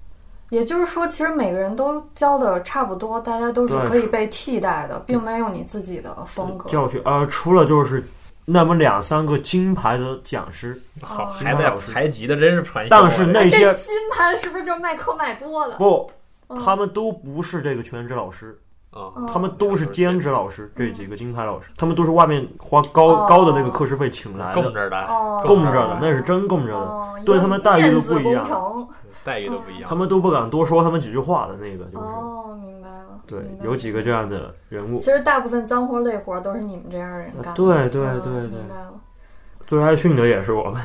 Speaker 1: 也就是说，其实每个人都教的差不多，大家都是
Speaker 3: 对
Speaker 1: 可以被替代的，并没有你自己的风格。
Speaker 3: 教学呃，除了就是那么两三个金牌的讲师，
Speaker 2: 好，
Speaker 1: 哦
Speaker 2: 还在排级的真是传销。啊
Speaker 3: 但是那
Speaker 1: 哎这嗯
Speaker 3: 些
Speaker 1: 金牌是不是就麦克麦多了？
Speaker 3: 不，
Speaker 1: 嗯
Speaker 3: 他们都不是这个全职老师。
Speaker 2: 啊，
Speaker 1: 嗯
Speaker 3: 他们都是兼职老师，这几个金牌老师，他们都是外面花高、
Speaker 1: 哦
Speaker 3: 高的那个课时费请来
Speaker 2: 供
Speaker 3: 的，
Speaker 2: 着的，啊
Speaker 1: 哦，
Speaker 3: 供
Speaker 2: 着
Speaker 3: 着的，那是真供着的，
Speaker 1: 哦，
Speaker 3: 对
Speaker 1: 一个
Speaker 3: 他们待遇都不一
Speaker 1: 面
Speaker 3: 样
Speaker 1: 子工程
Speaker 2: 待遇都不一样。
Speaker 3: 他们都不敢多说他们几句话的那个，就是、
Speaker 1: 哦，明白了。
Speaker 3: 对
Speaker 1: 明白，了
Speaker 3: 有几个这样的人物啊
Speaker 1: 其，实大部分脏活累活都是你们这样的人干的。
Speaker 3: 对对
Speaker 1: 嗯
Speaker 3: 对对
Speaker 1: 明白，了。
Speaker 3: 最开始训的也是我们，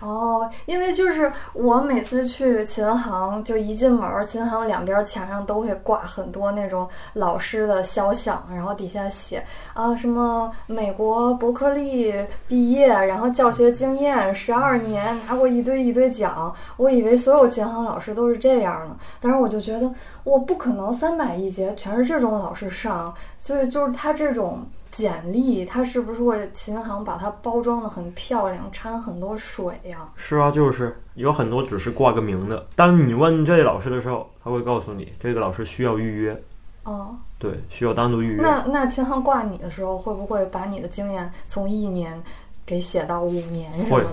Speaker 1: 哦，因为就是我每次去琴行，就一进门儿，琴行两边墙上都会挂很多那种老师的肖像，然后底下写啊什么美国伯克利毕业，然后教学经验十二年，拿过一堆一堆奖。我以为所有琴行老师都是这样的，但是我就觉得我不可能三百一节全是这种老师上，所以就是他这种简历，他是不是会琴行把它包装的很漂亮，掺很多水呀、
Speaker 3: 是啊，就是有很多只是挂个名的。当你问这老师的时候，他会告诉你这个老师需要预约，
Speaker 1: 哦，
Speaker 3: 对，需要单独预约。
Speaker 1: 那那琴行挂你的时候，会不会把你的经验从一年给写到五年什么
Speaker 3: 会
Speaker 1: 的？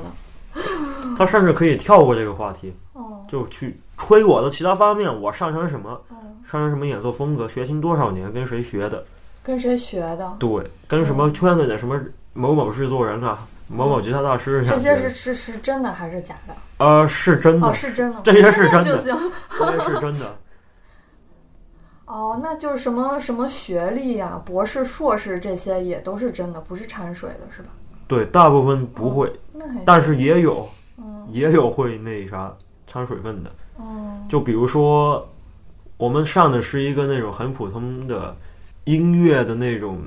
Speaker 3: 他甚至可以跳过这个话题，
Speaker 1: 哦，
Speaker 3: 就去吹我的其他方面，我擅长什么，
Speaker 1: 嗯，
Speaker 3: 擅长什么演奏风格，学琴多少年，跟谁学的。
Speaker 1: 跟谁学的？
Speaker 3: 对，跟什
Speaker 1: 哦
Speaker 3: 么圈子里的什么某某制作人啊、某某吉他大师啊
Speaker 1: 这
Speaker 3: 上
Speaker 1: 些是是是真的还是假的？
Speaker 3: 呃是真
Speaker 1: 哦，
Speaker 3: 的，
Speaker 1: 是真的，
Speaker 3: 这些是真的
Speaker 1: 就行。
Speaker 3: 这些是真的。
Speaker 1: 哦，那就是什么什么学历呀、博士、硕士这些也都是真的，不是掺水的，是吧？
Speaker 3: 对，大部分不会，
Speaker 1: 那还行
Speaker 3: 但是也有
Speaker 1: 嗯
Speaker 3: 也有会那啥掺水分的。
Speaker 1: 嗯
Speaker 3: 就比如说，我们上的是一个那种很普通的音乐的那种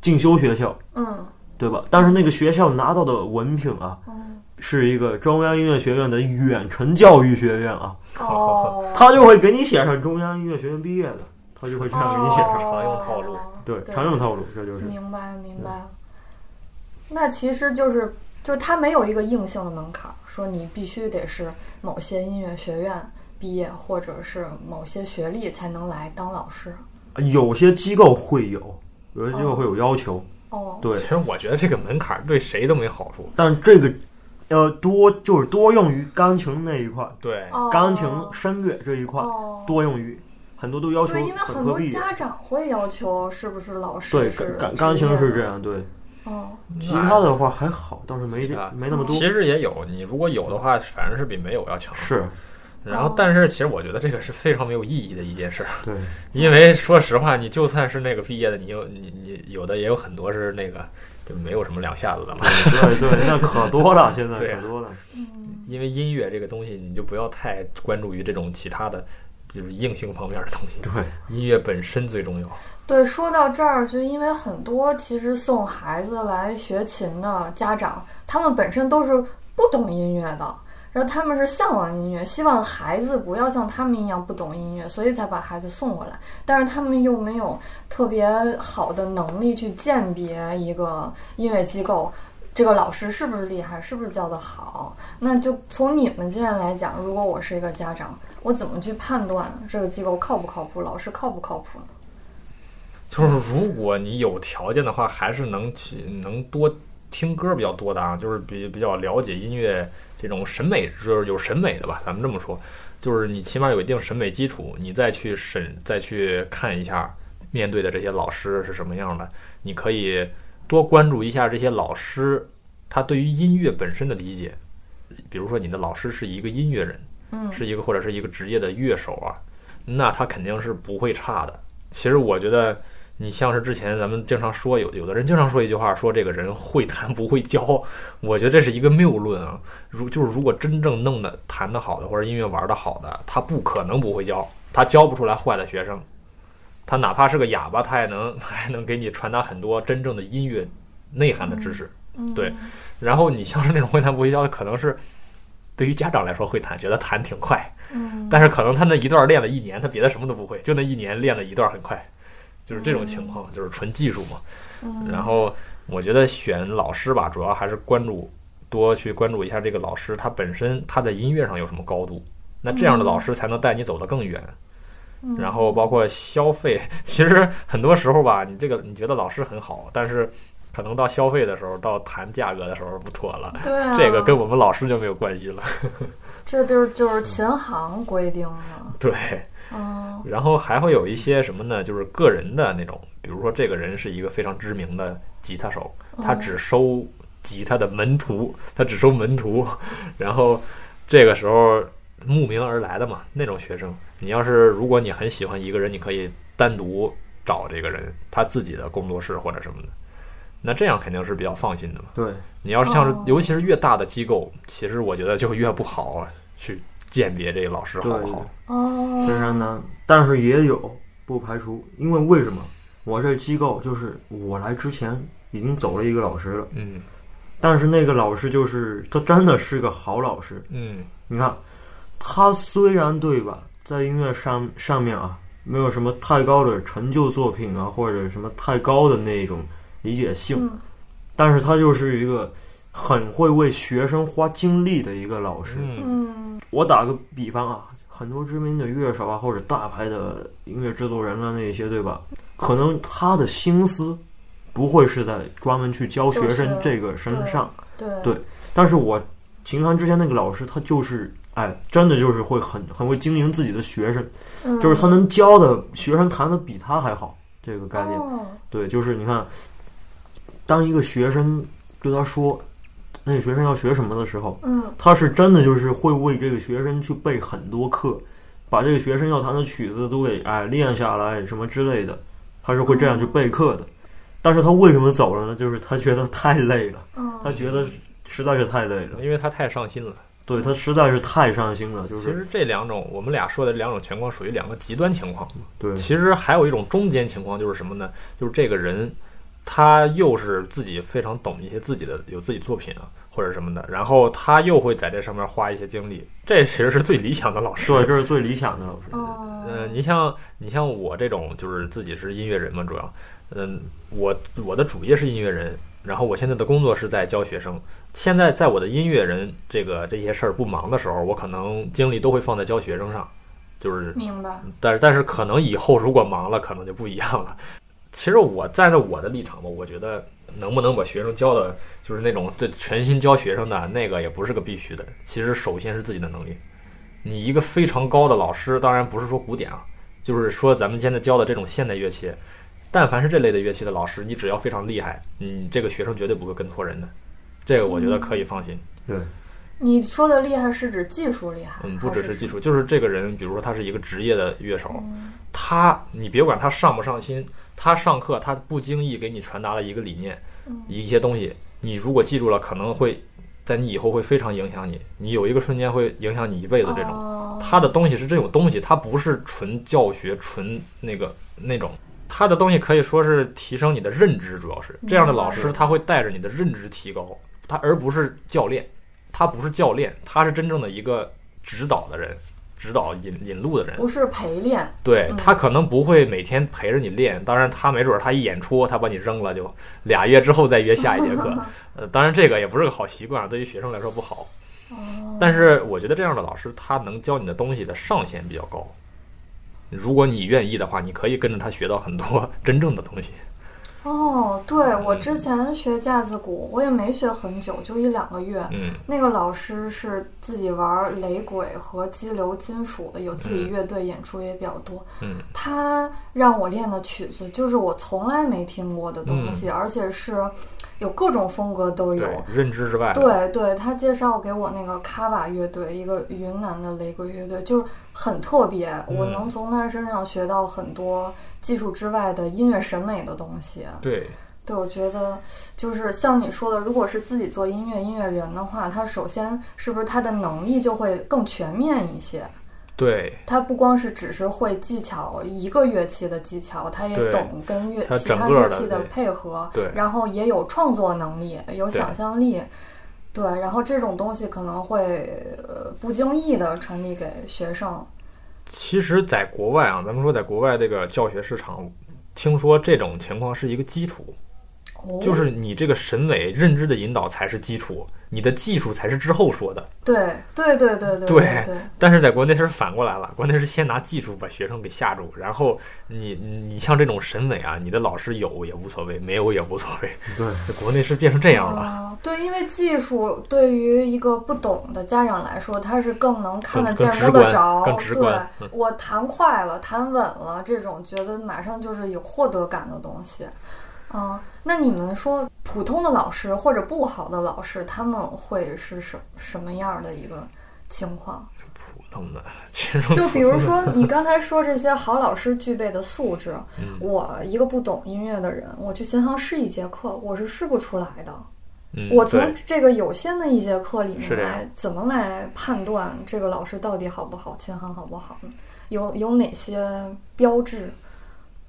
Speaker 3: 进修学校，
Speaker 1: 嗯
Speaker 3: 对吧？但是那个学校拿到的文凭啊，
Speaker 1: 嗯，
Speaker 3: 是一个中央音乐学院的远程教育学院啊，
Speaker 1: 哦，
Speaker 3: 他就会给你写上中央音乐学院毕业的，他就会这样给你写上。
Speaker 2: 常用套路
Speaker 1: 哦
Speaker 3: 对，常用套路，这就是
Speaker 1: 明白明白。那其实就是，就是它没有一个硬性的门槛儿，说你必须得是某些音乐学院毕业，或者是某些学历才能来当老师。
Speaker 3: 有些机构会有，有些机构会有要求，
Speaker 1: 哦，
Speaker 3: 对
Speaker 2: 其，实我觉得这个门槛儿对谁都没好处。
Speaker 3: 但这个呃多就是多用于钢琴那一块，
Speaker 2: 对，
Speaker 1: 哦
Speaker 3: 钢琴声乐这一块
Speaker 1: 哦，
Speaker 3: 多用于，很多都要求
Speaker 1: 对，因为
Speaker 3: 本
Speaker 1: 很
Speaker 3: 科
Speaker 1: 多
Speaker 3: 毕业，
Speaker 1: 家长会要求是不是老师
Speaker 3: 对，
Speaker 1: 是
Speaker 3: 钢钢钢琴是
Speaker 1: 职业
Speaker 3: 这
Speaker 1: 的。
Speaker 3: 样，对，
Speaker 1: 嗯，
Speaker 3: 其他的话还好，倒是没这
Speaker 2: 啊
Speaker 3: 没那么多
Speaker 2: 其，实也有，你如果有的话，反正是比没有要强。
Speaker 3: 是
Speaker 2: 然后
Speaker 1: 哦，
Speaker 2: 但是其实我觉得这个是非常没有意义的一件事 <laughs> 儿，
Speaker 3: 对，
Speaker 2: 因为说实话，你就算是那个毕业的，你有你你有的也有很多是那个就没有什么两下子的嘛。
Speaker 3: 对对，那可
Speaker 2: <laughs>
Speaker 3: 多了，现在
Speaker 2: 对啊
Speaker 3: 可多了，
Speaker 1: 嗯
Speaker 2: 因为音乐这个东西，你就不要太关注于这种其他的。就是应用方面的东西。
Speaker 3: 对，
Speaker 2: 音乐本身最重要。
Speaker 1: 对，说到这儿，就因为很多其实送孩子来学琴的家长，他们本身都是不懂音乐的，然后他们是向往音乐，希望孩子不要像他们一样不懂音乐，所以才把孩子送过来。但是他们又没有特别好的能力去鉴别一个音乐机构。这个老师是不是厉害，是不是教得好？那就从你们经验来讲，如果我是一个家长，我怎么去判断这个机构靠不靠谱，老师靠不靠谱呢？
Speaker 2: 就是如果你有条件的话，还是能去能多听歌比较多的啊，就是比比较了解音乐这种审美，就是有审美的吧，咱们这么说，就是你起码有一定审美基础，你再去审再去看一下面对的这些老师是什么样的，你可以多关注一下这些老师他对于音乐本身的理解，比如说你的老师是一个音乐人，
Speaker 1: 嗯，
Speaker 2: 是一个或者是一个职业的乐手啊，那他肯定是不会差的。其实我觉得，你像是之前咱们经常说，有有的人经常说一句话，说这个人会弹不会教，我觉得这是一个谬论啊。如就是如果真正弄的弹得好的或者音乐玩得好的，他不可能不会教，他教不出来坏的学生。他哪怕是个哑巴，他也能 <laughs> 还能给你传达很多真正的音乐内涵的知识。
Speaker 1: 嗯
Speaker 2: 对然后你像是那种会弹不会教，可能是对于家长来说会弹，觉得弹挺快，
Speaker 1: 嗯，
Speaker 2: 但是可能他那一段练了一年，他别的什么都不会，就那一年练了一段很快，就是这种情况，就是纯技术嘛。
Speaker 1: 嗯
Speaker 2: 然后我觉得选老师吧，主要还是关注多去关注一下这个老师他本身他在音乐上有什么高度，那这样的老师才能带你走得更远。
Speaker 1: 嗯
Speaker 2: 然后包括消费， <laughs> 其实很多时候吧，你这个你觉得老师很好，但是可能到消费的时候，到谈价格的时候不妥了。
Speaker 1: 对啊，
Speaker 2: 这个跟我们老师就没有关系了， <laughs>
Speaker 1: 这就是就是琴行规定的，
Speaker 2: 对，
Speaker 1: 嗯
Speaker 2: 然后还会有一些什么呢？就是个人的那种，比如说这个人是一个非常知名的吉他手，他
Speaker 1: 哦
Speaker 2: 只收吉他的门徒，他只收门徒。 <laughs> 然后这个时候慕名而来的嘛，那种学生，你要是如果你很喜欢一个人，你可以单独找这个人他自己的工作室或者什么的，那这样肯定是比较放心的嘛。
Speaker 3: 对，
Speaker 2: 你要是像是
Speaker 1: 哦，
Speaker 2: 尤其是越大的机构，其实我觉得就越不好啊去鉴别这个老师好不好。
Speaker 1: 哦，
Speaker 3: 非常
Speaker 2: 嗯
Speaker 3: 难，但是也有不排除，因为为什么？我这机构就是我来之前已经走了一个老师了，
Speaker 2: 嗯
Speaker 3: 但是那个老师就是他真的是个好老师。
Speaker 2: 嗯。
Speaker 3: 你看，他虽然对吧，在音乐上上面啊，没有什么太高的成就作品啊，或者什么太高的那种理解性，
Speaker 1: 嗯
Speaker 3: 但是他就是一个很会为学生花精力的一个老师。
Speaker 2: 嗯
Speaker 1: 嗯
Speaker 3: 我打个比方啊，很多知名的乐手啊，或者大牌的音乐制作人啊，那些对吧？可能他的心思不会是在专门去教学生
Speaker 1: 就是
Speaker 3: 这个身上，
Speaker 1: 对
Speaker 3: 对但是我琴行之前那个老师，他就是哎，真的就是会很很会经营自己的学生，
Speaker 1: 嗯
Speaker 3: 就是他能教的学生弹的比他还好，这个概念。
Speaker 1: 哦
Speaker 3: 对，就是你看，当一个学生对他说那个学生要学什么的时候，
Speaker 1: 嗯
Speaker 3: 他是真的就是会为这个学生去备很多课，把这个学生要弹的曲子都给哎练下来什么之类的，他是会这样去备课的。但是他为什么走了呢？就是他觉得太累了，他
Speaker 1: 嗯
Speaker 3: 觉得实在是太累了，
Speaker 2: 因为他太上心了。
Speaker 3: 对他实在是太上心了，就
Speaker 2: 其
Speaker 3: 是
Speaker 2: 实这两种，我们俩说的两种情况属于两个极端情况。
Speaker 3: 对
Speaker 2: 其实还有一种中间情况，就是什么呢？就是这个人，他又是自己非常懂一些自己的有自己作品啊，或者什么的，然后他又会在这上面花一些精力，这其实是最理想的老师。
Speaker 3: 对，这是最理想的老师。
Speaker 1: 哦
Speaker 2: 嗯，你像你像我这种，就是自己是音乐人嘛，主要，嗯，我我的主业是音乐人，然后我现在的工作是在教学生。现在在我的音乐人这个这些事儿不忙的时候，我可能精力都会放在教学生上，就是，
Speaker 1: 明白
Speaker 2: 但是但是可能以后如果忙了，可能就不一样了。其实我站在我的立场吧，我觉得能不能把学生教的，就是那种对全心教学生的那个，也不是个必须的。其实首先是自己的能力。你一个非常高的老师，当然不是说古典啊，就是说咱们现在教的这种现代乐器，但凡是这类的乐器的老师，你只要非常厉害，你这个学生绝对不会跟错人的。这个我觉得可以放心。
Speaker 1: 你说的厉害是指技术厉害，
Speaker 2: 嗯，不
Speaker 1: 还
Speaker 2: 只
Speaker 1: 是
Speaker 2: 是技
Speaker 1: 术，
Speaker 2: 术，就是这个人，比如说他是一个职业的乐手，
Speaker 1: 嗯
Speaker 2: 他，你别管他上不上心，他上课他不经意给你传达了一个理念，
Speaker 1: 嗯
Speaker 2: 一些东西，你如果记住了，可能会在你以后会非常影响你，你有一个瞬间会影响你一辈子这种。
Speaker 1: 哦哦
Speaker 2: 他的东西是这种东西，它不是纯教学、纯那个那种。他的东西可以说是提升你的认知，主要是
Speaker 1: 嗯
Speaker 2: 这样的老师，他会带着你的认知提高，他而不是教练，他不是教练，他是真正的一个指导的人，指导引引路的人。
Speaker 1: 不是陪练，
Speaker 2: 对
Speaker 1: 嗯
Speaker 2: 他可能不会每天陪着你练，当然他没准儿他一演出，他把你扔了就俩月之后再约下一
Speaker 1: <laughs>
Speaker 2: 节课。呃，当然这个也不是个好习惯，对于学生来说不好。
Speaker 1: 哦，
Speaker 2: 但是我觉得这样的老师，他能教你的东西的上限比较高。如果你愿意的话，你可以跟着他学到很多 <laughs> 真正的东西。
Speaker 1: 哦，对
Speaker 2: 嗯
Speaker 1: 我之前学架子鼓，我也没学很久，就一两个月。
Speaker 2: 嗯，
Speaker 1: 那个老师是自己玩雷鬼和激流金属的，有自己乐队演出也比较多。
Speaker 2: 嗯，
Speaker 1: 他让我练的曲子就是我从来没听过的东西，而且是有各种风格都有
Speaker 2: 对。，认知之外，
Speaker 1: 对对，他介绍给我那个卡瓦乐队，一个云南的雷鬼乐队，就是很特别。我
Speaker 2: 嗯
Speaker 1: 能从他身上学到很多技术之外的音乐审美的东西。
Speaker 2: 对，
Speaker 1: 对，我觉得就是像你说的，如果是自己做音乐音乐人的话，他首先是不是他的能力就会更全面一些？
Speaker 2: 对，
Speaker 1: 他不光是只是会技巧一个乐器的技巧，他也
Speaker 2: 对
Speaker 1: 懂跟乐
Speaker 2: 他
Speaker 1: 其
Speaker 2: 整
Speaker 1: 他
Speaker 2: 个
Speaker 1: 乐
Speaker 2: 的
Speaker 1: 器的
Speaker 2: 对
Speaker 1: 配合，
Speaker 2: 对
Speaker 1: 然后也有创作能力，有
Speaker 2: 对
Speaker 1: 想象力，对，然后这种东西可能会呃不经意的传递给学生，
Speaker 2: 其实，在国外啊，咱们说在国外这个教学市场，听说这种情况是一个基础，
Speaker 1: 哦、
Speaker 2: 就是你这个审美认知的引导才是基础，你的技术才是之后说的。
Speaker 1: 对对对对对
Speaker 2: 对
Speaker 1: 对，
Speaker 2: 但是在国内它是反过来了，国内是先拿技术把学生给吓住，然后你你像这种审美啊，你的老师有也无所谓，没有也无所谓。
Speaker 3: 对，
Speaker 2: 这国内是变成这样了。
Speaker 1: 啊，对，因为技术对于一个不懂的家长来说，他是更能看得
Speaker 2: 更更
Speaker 1: 见、摸
Speaker 2: 直
Speaker 1: 得
Speaker 2: 观
Speaker 1: 着。
Speaker 2: 更直观
Speaker 1: 对
Speaker 2: 嗯，
Speaker 1: 我弹快了，弹稳了，这种觉得马上就是有获得感的东西。嗯，那你们说普通的老师或者不好的老师，他们会是什什么样的一个情况？
Speaker 2: 普通的，其实
Speaker 1: 哦就比如
Speaker 2: <laughs>
Speaker 1: 说你刚才说这些好老师具备的素质，
Speaker 2: 嗯
Speaker 1: 我一个不懂音乐的人，我去琴行试一节课，我是试不出来的。
Speaker 2: 嗯
Speaker 1: 我
Speaker 2: 对
Speaker 1: 从这个有限的一节课里面
Speaker 2: 是这样
Speaker 1: 来怎么来判断这个老师到底好不好，琴行好不好呢？有有哪些标志？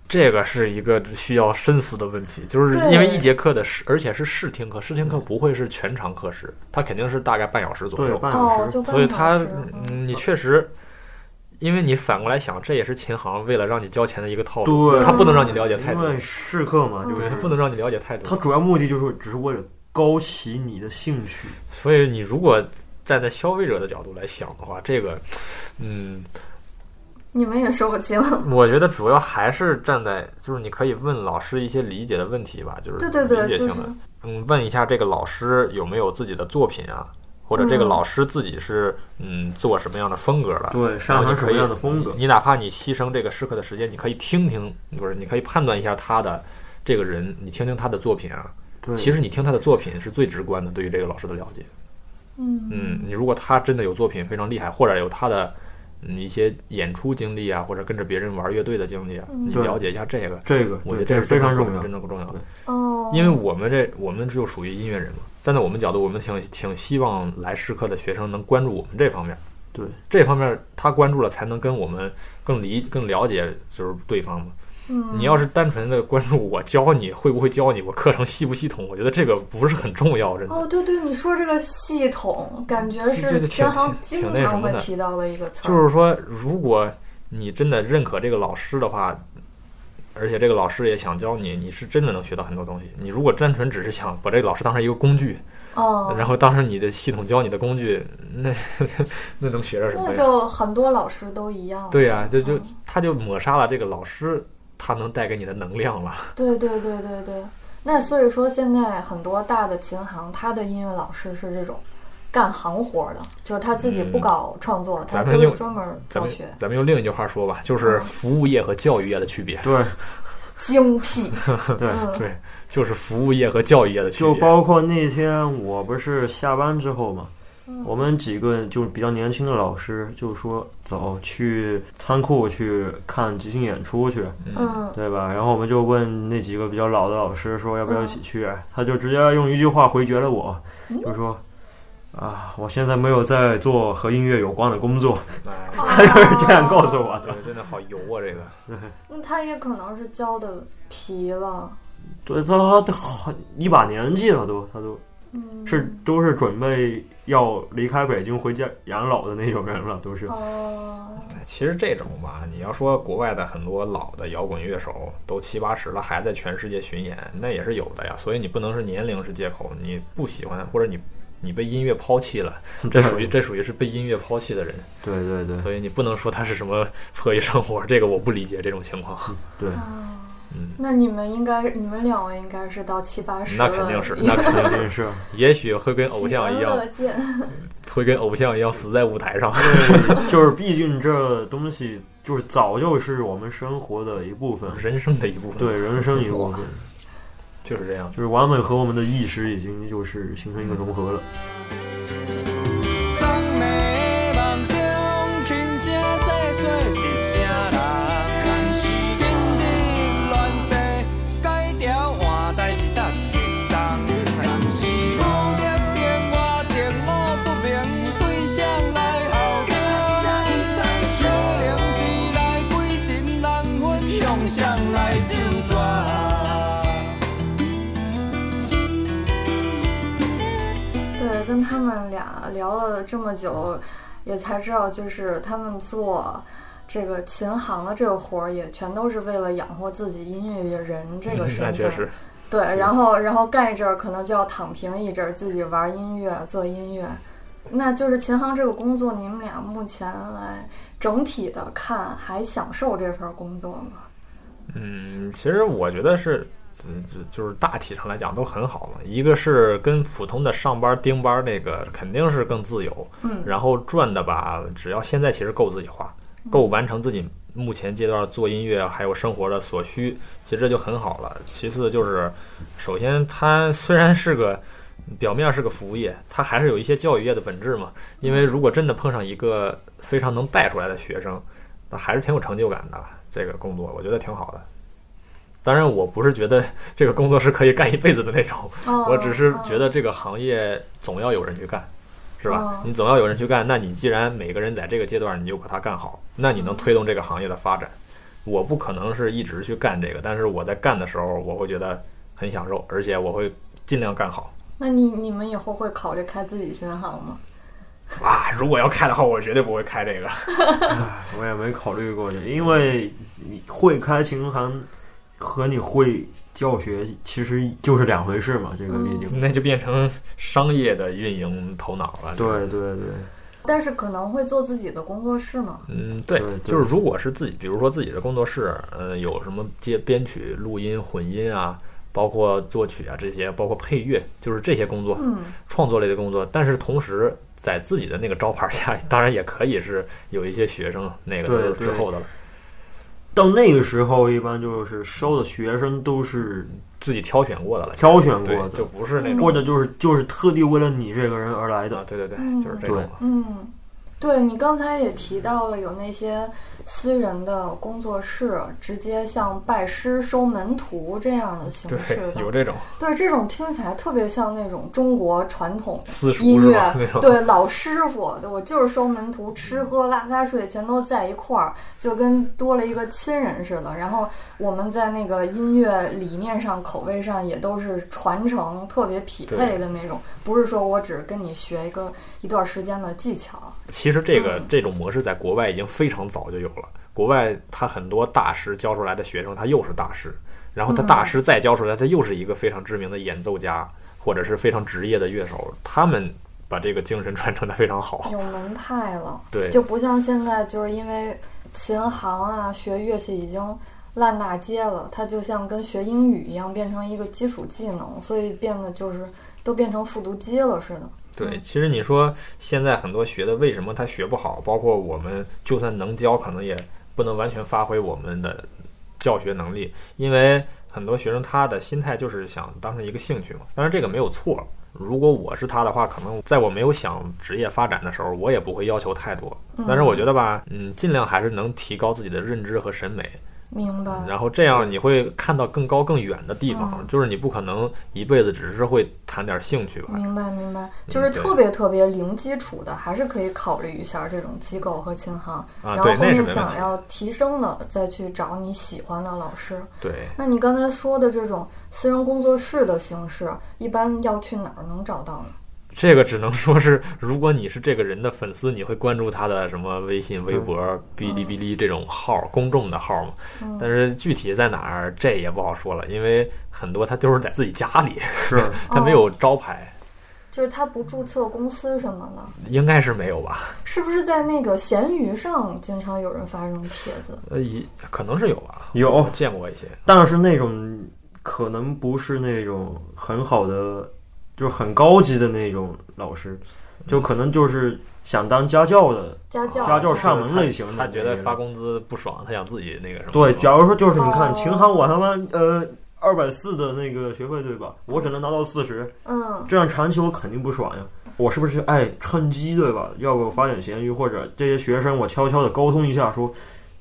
Speaker 2: 这个是一个需要深思的问题，就是
Speaker 1: 对
Speaker 2: 因为一节课的试，而且是试听课，试听课不会是全长课时，它肯定是大概半小时左
Speaker 3: 对，
Speaker 2: 右。
Speaker 3: 半小
Speaker 1: 哦，
Speaker 3: 时，
Speaker 1: 就半
Speaker 2: 所以
Speaker 1: 小
Speaker 2: 它
Speaker 1: 时。，嗯
Speaker 2: 嗯，你确实，因为你反过来想，这也是琴行为了让你交钱的一个套路，
Speaker 3: 对
Speaker 2: 它不能让你了解太
Speaker 3: 因
Speaker 2: 多
Speaker 3: 为，试课
Speaker 1: 嗯
Speaker 3: 嘛，就
Speaker 2: 对，
Speaker 3: 是
Speaker 2: 它不能让你了解太多。
Speaker 3: 它主要目的就是只是为了勾起你的兴趣。
Speaker 2: 所以你如果站在消费者的角度来想的话，这个，嗯，
Speaker 1: 你们也说不
Speaker 2: <laughs>
Speaker 1: 清。
Speaker 2: 我觉得主要还是站在就是你可以问老师一些理解的问题吧，就是
Speaker 1: 对对对，
Speaker 2: 理解
Speaker 1: 就
Speaker 2: 性
Speaker 1: 是
Speaker 2: 的，嗯，问一下这个老师有没有自己的作品啊，或者这个
Speaker 1: 嗯
Speaker 2: 老师自己是嗯做什么样的风格的，
Speaker 3: 对，
Speaker 2: 然
Speaker 3: 擅
Speaker 2: 后
Speaker 3: 长
Speaker 2: 你
Speaker 3: 什
Speaker 2: 可
Speaker 3: 么
Speaker 2: 以
Speaker 3: 样的风格？
Speaker 2: 你哪怕你牺牲这个试课的时间，你可以听听，不是，你可以判断一下他的这个人，你听听他的作品啊。
Speaker 3: 对，
Speaker 2: 其实你听他的作品是最直观的，对于这个老师的了解。
Speaker 1: 嗯
Speaker 2: 嗯，你如果他真的有作品非常厉害，或者有他的嗯一些演出经历啊，或者跟着别人玩乐队的经历啊，你
Speaker 3: 对
Speaker 2: 了解一下这个，
Speaker 3: 这个，
Speaker 2: 我觉得
Speaker 3: 对，这
Speaker 2: 是
Speaker 3: 是非常重
Speaker 2: 真
Speaker 3: 要。
Speaker 2: 正重要的
Speaker 3: 对。
Speaker 1: 哦，
Speaker 2: 因为我们这我们就属于音乐人嘛，站在我们角度，我们挺挺希望来试课的学生能关注我们这方面。
Speaker 3: 对，
Speaker 2: 这方面他关注了，才能跟我们更理更了解就是对方嘛。
Speaker 1: 嗯
Speaker 2: 你要是单纯的关注我教你会不会教你，我课程系不系统，我觉得这个不是很重要，真的。
Speaker 1: 哦，对对，你说这个系统，感觉
Speaker 2: 这这
Speaker 1: 是
Speaker 2: 挺
Speaker 1: 琴行
Speaker 2: 挺
Speaker 1: 经
Speaker 2: 挺那什
Speaker 1: 常
Speaker 2: 么
Speaker 1: 会
Speaker 2: 的
Speaker 1: 提到的一个词儿。
Speaker 2: 就是说，如果你真的认可这个老师的话，而且这个老师也想教你，你是真的能学到很多东西。你如果单纯只是想把这个老师当成一个工具，
Speaker 1: 哦，
Speaker 2: 然后当成你的系统教你的工具，那 <laughs> 那能学着什么
Speaker 1: 那
Speaker 2: 呀？
Speaker 1: 就很多老师都一样。
Speaker 2: 对呀、这就
Speaker 1: 嗯
Speaker 2: 他就抹杀了这个老师他能带给你的能量了。
Speaker 1: 对对对对对，那所以说现在很多大的琴行，他的音乐老师是这种干行活儿的，就是他自己不
Speaker 2: 嗯
Speaker 1: 搞创作，他
Speaker 2: 咱
Speaker 1: 就
Speaker 2: 们
Speaker 1: 是
Speaker 2: 用
Speaker 1: 专门
Speaker 2: 咱
Speaker 1: 教
Speaker 2: 们
Speaker 1: 学，
Speaker 2: 咱们用另一句话说吧，就是
Speaker 1: 嗯
Speaker 2: 服务业和教育业的区别。
Speaker 3: 对
Speaker 1: 精
Speaker 2: <laughs>
Speaker 1: 辟。
Speaker 3: 对，
Speaker 1: 嗯
Speaker 2: 对，就是服务业和教育业的区
Speaker 3: 就
Speaker 2: 别。
Speaker 3: 包括那天我不是下班之后嘛，
Speaker 1: 嗯
Speaker 3: 我们几个就是比较年轻的老师就说走去仓库去看即兴演出去，
Speaker 2: <laughs>
Speaker 1: 嗯，
Speaker 3: 对吧？然后我们就问那几个比较老的老师说要不要一起啊
Speaker 1: 嗯
Speaker 3: 去，他就直接用一句话回绝了我，就说。啊，我现在没有在做和音乐有关的工作，
Speaker 2: 哎，
Speaker 3: 还有
Speaker 1: 哦
Speaker 3: 人这样告诉我
Speaker 2: 这
Speaker 3: 的。
Speaker 2: 个真的好油啊！这个
Speaker 1: 那他也可能是胶的皮了，
Speaker 3: 对，他都好一把年纪了都，他都
Speaker 1: 嗯，
Speaker 3: 是都是准备要离开北京回家养老的那种人了，都是。
Speaker 1: 哦，
Speaker 2: 哎其实这种吧，你要说国外的很多老的摇滚乐手都七八十了，还在全世界巡演，那也是有的呀。所以你不能是年龄是借口，你不喜欢或者你你被音乐抛弃了，这属于这属于是被音乐抛弃的人，
Speaker 3: 对对对
Speaker 2: 所以你不能说他是什么迫于生活，这个我不理解这种情况。
Speaker 1: <laughs>
Speaker 3: 对，
Speaker 2: 嗯，
Speaker 1: 啊那你们应该，你们两位应该是到七八十
Speaker 2: 那
Speaker 1: 了，
Speaker 2: 肯定是，那肯定
Speaker 3: 肯
Speaker 2: 是，
Speaker 1: <laughs>
Speaker 3: 定是。
Speaker 2: 也许会跟偶像一
Speaker 1: 喜闻
Speaker 2: 样
Speaker 1: 乐，见
Speaker 2: 会跟偶像一样死在舞台上。
Speaker 3: 对，就是毕竟这东西就是早就是我们生活的一部分，
Speaker 2: 人生的一部分，
Speaker 3: 对，人生一部分，
Speaker 2: 就是这样。
Speaker 3: 就是完美和我们的意识已经就是形成一个融合了。
Speaker 4: 昨暝的梦中，轻声细说是啥人？但是今日乱世，改朝换代是逐一动。但是武德变我情我不明，对谁来后敬？可能是来鬼神难分，向谁来咒诅？
Speaker 1: 对，跟他们俩聊了这么久，也才知道，就是他们做这个琴行的这个活儿，也全都是为了养活自己音乐人这个
Speaker 2: 嗯
Speaker 1: 身份。
Speaker 2: <laughs> 那确实，
Speaker 1: 对，然后然后干一阵儿，可能就要躺平一阵儿，自己玩音乐，做音乐。那就是琴行这个工作，你们俩目前来整体的看，还享受这份工作吗？
Speaker 2: 嗯，其实我觉得是，嗯就就是大体上来讲都很好了。一个是跟普通的上班盯班那个肯定是更自由，
Speaker 1: 嗯
Speaker 2: 然后赚的吧，只要现在其实够自己花，够完成自己目前阶段做音乐还有生活的所需，其实这就很好了。其次就是，首先它虽然是个表面是个服务业，它还是有一些教育业的本质嘛。因为如果真的碰上一个非常能带出来的学生，那还是挺有成就感的。这个工作我觉得挺好的。当然，我不是觉得这个工作是可以干一辈子的那种，
Speaker 1: 哦
Speaker 2: 我只是觉
Speaker 1: 得，
Speaker 2: 得这个行业总要有人去干，是吧
Speaker 1: 嗯？
Speaker 2: 你总要有人去干，那你既然每个人在这个阶段你就把它干好，那你能推动这个行业的发展。我不可能是一直去干这个，但是我在干的时候，我会觉得很享受，而且我会尽量干好。
Speaker 1: 那你你们以后会考虑开自己琴行吗？
Speaker 2: 啊，如果要开的话，我绝对不会开这个。 <laughs>
Speaker 3: 我也没考虑过这， <laughs> 因为你会开琴行和你会教学其实就是两回事嘛，这个毕竟。
Speaker 2: 那就变成商业的运营头脑了。
Speaker 3: 对对对，
Speaker 1: 但是可能会做自己的工作室吗？
Speaker 2: 嗯，对
Speaker 3: 对，
Speaker 2: 就是
Speaker 3: 对
Speaker 2: 如果是自己，比如说自己的工作室，呃，有什么接编曲、录音、混音啊，包括作曲啊这些，包括配乐，就是这些工作，
Speaker 1: 嗯，
Speaker 2: 创作类的工作。但是同时在自己的那个招牌下， <laughs> 当然也可以是有一些学生那个
Speaker 3: 对
Speaker 2: 之之
Speaker 3: 对
Speaker 2: 后的了，
Speaker 3: 到那个时候一般就是收的学生都是
Speaker 2: 自己挑选过的了，
Speaker 3: 挑选过
Speaker 2: 对，
Speaker 3: 的
Speaker 2: 就，不是那
Speaker 1: 嗯
Speaker 2: 种
Speaker 3: 或者就是就是特地为了你这个人而来
Speaker 2: 啊
Speaker 3: 的，，
Speaker 2: 对对对，
Speaker 1: 嗯
Speaker 2: 就是这种
Speaker 3: 对
Speaker 2: 了。
Speaker 1: 嗯，对你刚才也提到了有那些私人的工作室，直接像拜师收门徒这样的形式
Speaker 2: 对，
Speaker 1: 的，
Speaker 2: 有这种
Speaker 1: 对这种听起来特别像那种中国传统
Speaker 2: 私塾
Speaker 1: 音
Speaker 2: 是
Speaker 1: 乐
Speaker 2: 吧？嗯
Speaker 1: <laughs>
Speaker 2: 那，种
Speaker 1: 对老师傅，对我就是收门徒，吃喝拉撒睡全都在一块儿，就跟多了一个亲人似的。然后我们在那个音乐理念上、口味上也都是传承特别匹配的那种，不是说我只跟你学一个一段时间的技巧。
Speaker 2: 其实这个
Speaker 1: 嗯
Speaker 2: 这种模式在国外已经非常早就有了。国外他很多大师教出来的学生，他又是大师，然后他
Speaker 1: 嗯
Speaker 2: 大师再教出来，他又是一个非常知名的演奏家，或者是非常职业的乐手。他们把这个精神传承的非常好。
Speaker 1: 有门派了，
Speaker 2: 对
Speaker 1: 就不像现在，就是因为琴行啊，学乐器已经烂大街了，它就像跟学英语一样，变成一个基础技能，所以变得就是都变成复读机了似的。
Speaker 2: 对，
Speaker 1: 嗯
Speaker 2: 其实你说现在很多学的为什么他学不好，包括我们就算能教，可能也不能完全发挥我们的教学能力，因为很多学生他的心态就是想当成一个兴趣嘛。当然这个没有错，如果我是他的话，可能在我没有想职业发展的时候，我嗯也不会要求太多。但是我觉得吧，嗯，尽量还是能提高自己的认知和审美。
Speaker 1: 明白。
Speaker 2: 然后这样你会看到更高更远的地方，
Speaker 1: 嗯
Speaker 2: 就是你不可能一辈子只是会谈点兴趣吧。
Speaker 1: 明白明白，就是
Speaker 2: 嗯对
Speaker 1: 特别特别零基础的，还是可以考虑一下这种机构和琴行，
Speaker 2: 啊
Speaker 1: 然后
Speaker 2: 对
Speaker 1: 后
Speaker 2: 那是
Speaker 1: 面
Speaker 2: 没问
Speaker 1: 想
Speaker 2: 题
Speaker 1: 要提升的再去找你喜欢的老师。
Speaker 2: 对，
Speaker 1: 那你刚才说的这种私人工作室的形式，一般要去哪儿能找到呢？
Speaker 2: 这个只能说是，如果你是这个人的粉丝，你会关注他的什么微信、微博、哔哩哔哩这种号，公众的号嘛。
Speaker 1: 嗯
Speaker 2: 但是具体在哪儿，这也不好说了，因为很多他就是在自己家里，
Speaker 3: 是
Speaker 2: <laughs> 他没有招牌，
Speaker 1: 就是他不注册公司什么的，
Speaker 2: 应该是没有吧？
Speaker 1: 是不是在那个闲鱼上经常有人发这种帖子？
Speaker 2: 呃，也可能是有吧，
Speaker 3: <laughs> 有
Speaker 2: 我，见过一些。
Speaker 3: 但是那种可能不是那种很好的，就是很高级的那种老师，就可能就是想当家教的。
Speaker 1: 家教
Speaker 3: 家教
Speaker 1: 就
Speaker 2: 就是
Speaker 3: 是上门类型的
Speaker 2: 他他觉得
Speaker 3: 那种
Speaker 2: 发工资不爽，他想自己那个什么。
Speaker 3: 对，假如说就是你看
Speaker 1: 哦
Speaker 3: 琴行，我他妈呃二百四的那个学费对吧？我只能拿到四十，
Speaker 1: 嗯，
Speaker 3: 这样长期我肯定不爽呀。我是不是哎趁机对吧？要不我发点闲鱼，或者这些学生我悄悄的沟通一下，说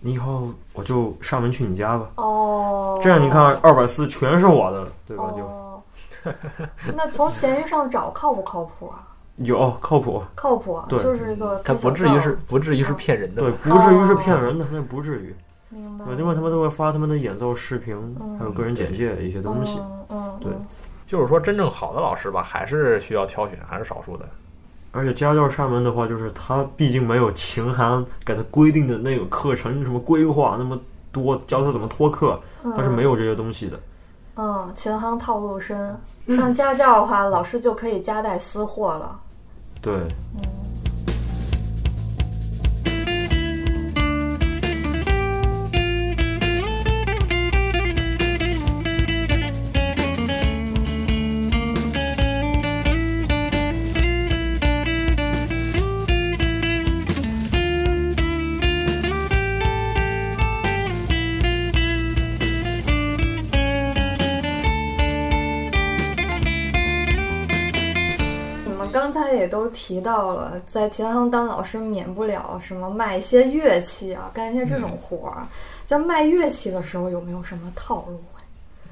Speaker 3: 你以后我就上门去你家吧。
Speaker 1: 哦，
Speaker 3: 这样你看二百四全是我的，对吧？就
Speaker 1: 哦，那从闲鱼上找靠不靠谱啊？
Speaker 3: 有靠谱，
Speaker 1: 靠谱啊，
Speaker 3: 对
Speaker 1: 就是一个开
Speaker 2: 他不
Speaker 1: 小
Speaker 2: 至于
Speaker 1: 灶
Speaker 2: 是不至于是骗人的
Speaker 3: 对，哦
Speaker 2: 吧，
Speaker 3: 不至于是骗人的，那不至于。
Speaker 1: 明白
Speaker 3: 对，另外他们都会发他们的演奏视频，还有个人简介一些东西。
Speaker 1: 嗯嗯，
Speaker 3: 对
Speaker 1: 嗯
Speaker 2: 就是说真正好的老师吧，还是需要挑选，还是少数的。
Speaker 3: 而且家教上门的话，就是他毕竟没有琴行给他规定的那种课程什么规划那么多，教他怎么托课，
Speaker 1: 嗯
Speaker 3: 他是没有这些东西的。
Speaker 1: 嗯，琴行套路深。上家教的话，老师就可以夹带私货了。
Speaker 3: 对，
Speaker 1: 你们刚才也都提到了，在琴行当老师免不了什么卖一些乐器啊，干一些这
Speaker 2: 嗯
Speaker 1: 种活儿。在卖乐器的时候，有没有什么套路啊？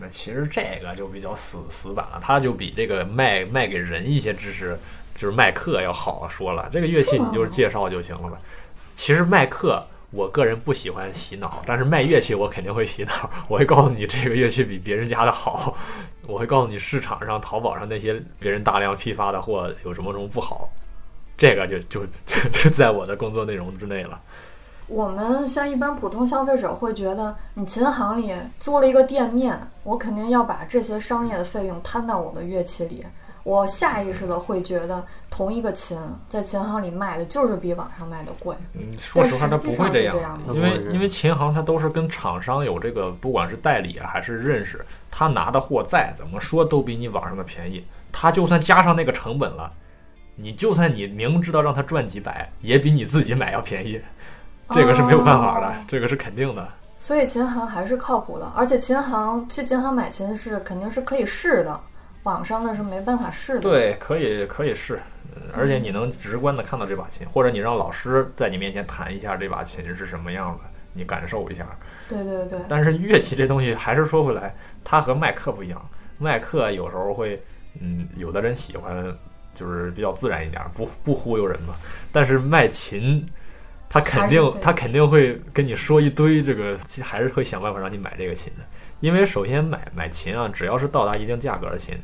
Speaker 2: 那其实这个就比较死死板了，它就比这个卖卖给人一些知识，就是卖课要好说了。这个乐器
Speaker 1: 是吗
Speaker 2: 你就是介绍就行了吧。其实卖课，我个人不喜欢洗脑，但是卖乐器我肯定会洗脑，我会告诉你这个乐器比别人家的好，我会告诉你市场上、淘宝上那些别人大量批发的货有什么什么不好。这个就就就就在我的工作内容之内了。
Speaker 1: 我们像一般普通消费者会觉得，你琴行里租了一个店面，我肯定要把这些商业的费用摊到我的乐器里。我下意识的会觉得，同一个琴在琴行里卖的就是比网上卖的贵。
Speaker 2: 嗯，说实话，它
Speaker 1: 但
Speaker 2: 不
Speaker 1: 际
Speaker 2: 会
Speaker 1: 上是
Speaker 2: 样
Speaker 1: 这。样的。
Speaker 2: 因
Speaker 3: 它
Speaker 2: 为
Speaker 3: 不会
Speaker 2: 因为琴行它都是跟厂商有这个，不管是代理啊还是认识，他拿的货再怎么说都比你网上的便宜。他就算加上那个成本了，你就算你明知道让他赚几百，也比你自己买要便宜。这个是没有办法的，
Speaker 1: 哦
Speaker 2: 这个是肯定的。
Speaker 1: 所以琴行还是靠谱的，而且琴行去琴行买琴是肯定是可以试的，网上的是没办法试的。，
Speaker 2: 对，可以可以试，嗯而且你能直观的看到这把琴，或者你让老师在你面前弹一下这把琴是什么样的，你感受一下。
Speaker 1: 对对对
Speaker 2: 但是乐器这东西还是说回来，它和麦克不一样。麦克啊有时候会，嗯，有的人喜欢，就是比较自然一点，不不忽悠人嘛。但是卖琴，他肯
Speaker 1: 还
Speaker 2: 定
Speaker 1: 是对
Speaker 2: 他肯定会跟你说一堆这个，还是会想办法让你买这个琴的。因为首先买买琴啊，只要是到达一定价格的琴，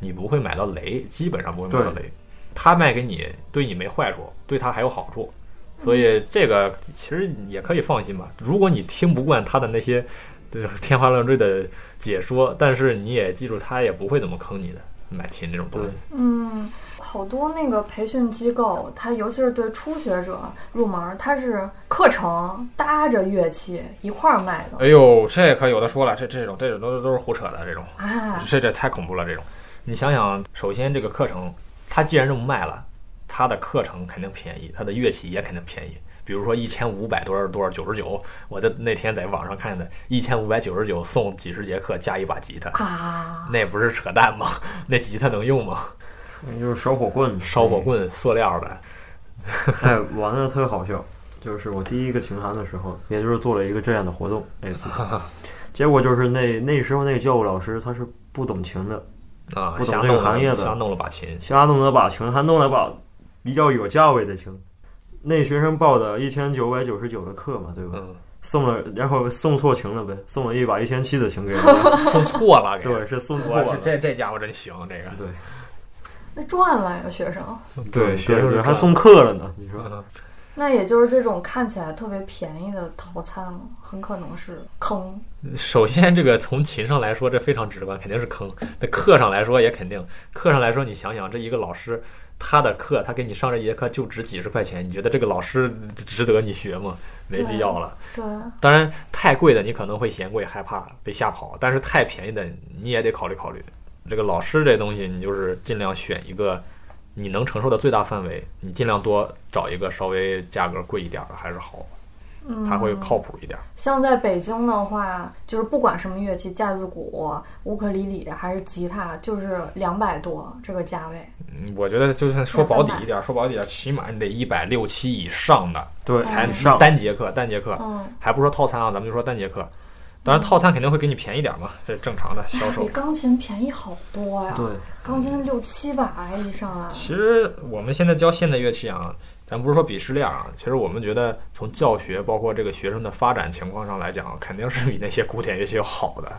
Speaker 2: 你不会买到雷，基本上不会买到雷。他卖给你，对你没坏处，对他还有好处，所以这个其实也可以放心吧。如果你听不惯他的那些，对天花乱坠的解说，但是你也记住，他也不会怎么坑你的。买琴这种东西，
Speaker 1: 嗯，好多那个培训机构，它尤其是对初学者入门，它是课程搭着乐器一块儿卖的。
Speaker 2: 哎呦，这可有的说了，这这种这种都都是胡扯的，这种
Speaker 1: 啊，
Speaker 2: 这这太恐怖了，这种。你想想，首先这个课程，它既然这么卖了，它的课程肯定便宜，它的乐器也肯定便宜。比如说一千五百多少多少九十九，我在那天在网上看见的，一千五百九十九送几十节课加一把吉他，
Speaker 1: 啊，
Speaker 2: 那不是扯淡吗？ <laughs> 那吉他能用吗？
Speaker 3: 嗯就是烧火棍，嗯
Speaker 2: 烧火，棍，塑料的，
Speaker 3: <laughs> 哎，玩的特好笑。就是我第一个琴寒的时候，也就是做了一个这样的活动，类 <laughs> 似。结果就是那那时候那个教务老师他是不懂琴的，
Speaker 2: 啊，
Speaker 3: 不懂
Speaker 2: 瞎
Speaker 3: 这个
Speaker 2: 弄了
Speaker 3: 行业的
Speaker 2: 瞎弄了把琴，
Speaker 3: 瞎弄了把琴，还弄了把比较有价位的琴。那学生报的一千九百九十九的课嘛，对吧？
Speaker 2: 嗯，
Speaker 3: 送了，然后送错琴了呗，送了一把一千七的琴
Speaker 2: <laughs>
Speaker 3: 给我。
Speaker 2: 送错了，给
Speaker 3: 对，是送错
Speaker 2: 我
Speaker 3: 了
Speaker 2: 去，。这这家伙真行，这个
Speaker 3: 对
Speaker 1: 那赚了呀，学生。
Speaker 3: 对
Speaker 2: 学
Speaker 3: 对
Speaker 2: 生
Speaker 3: 对，还送课了呢。你说
Speaker 2: 嗯
Speaker 1: 那也就是这种看起来特别便宜的套餐了，很可能是坑。
Speaker 2: 首先，这个从琴上来说，这非常直观，肯定是坑；那课上来说也肯定，课上来说，你想想，这一个老师他的课，他给你上这一节课就值几十块钱，你觉得这个老师值得你学吗？没必要了。
Speaker 1: 对，
Speaker 2: 当然，太贵的你可能会嫌贵，害怕被吓跑；但是太便宜的你也得考虑考虑。这个老师这东西，你就是尽量选一个你能承受的最大范围，你尽量多找一个稍微价格贵一点的还是好，
Speaker 1: 嗯，
Speaker 2: 他会靠谱一点。
Speaker 1: 像在北京的话，就是不管什么乐器，架子鼓、乌克丽丽还是吉他，就是两百多这个价位。
Speaker 2: 嗯我觉得就算说保底
Speaker 1: 两三百
Speaker 2: 一点儿，说保底一点儿，起码你得一百六七以上的
Speaker 1: 哦
Speaker 3: 对，
Speaker 2: 才
Speaker 3: 以上
Speaker 2: 单节课，单节课，
Speaker 1: 嗯，
Speaker 2: 还不说套餐啊，咱们就说单节课。当然，套餐肯定会给你便宜点儿嘛，这是正常的销售
Speaker 1: 比。钢琴便宜好多呀。
Speaker 3: 对，
Speaker 1: 钢琴六七百一上来。
Speaker 2: 其实我们现在教现代乐器啊，咱不是说鄙视链啊，其实我们觉得从教学包括这个学生的发展情况上来讲，啊肯定是比那些古典乐器要好的。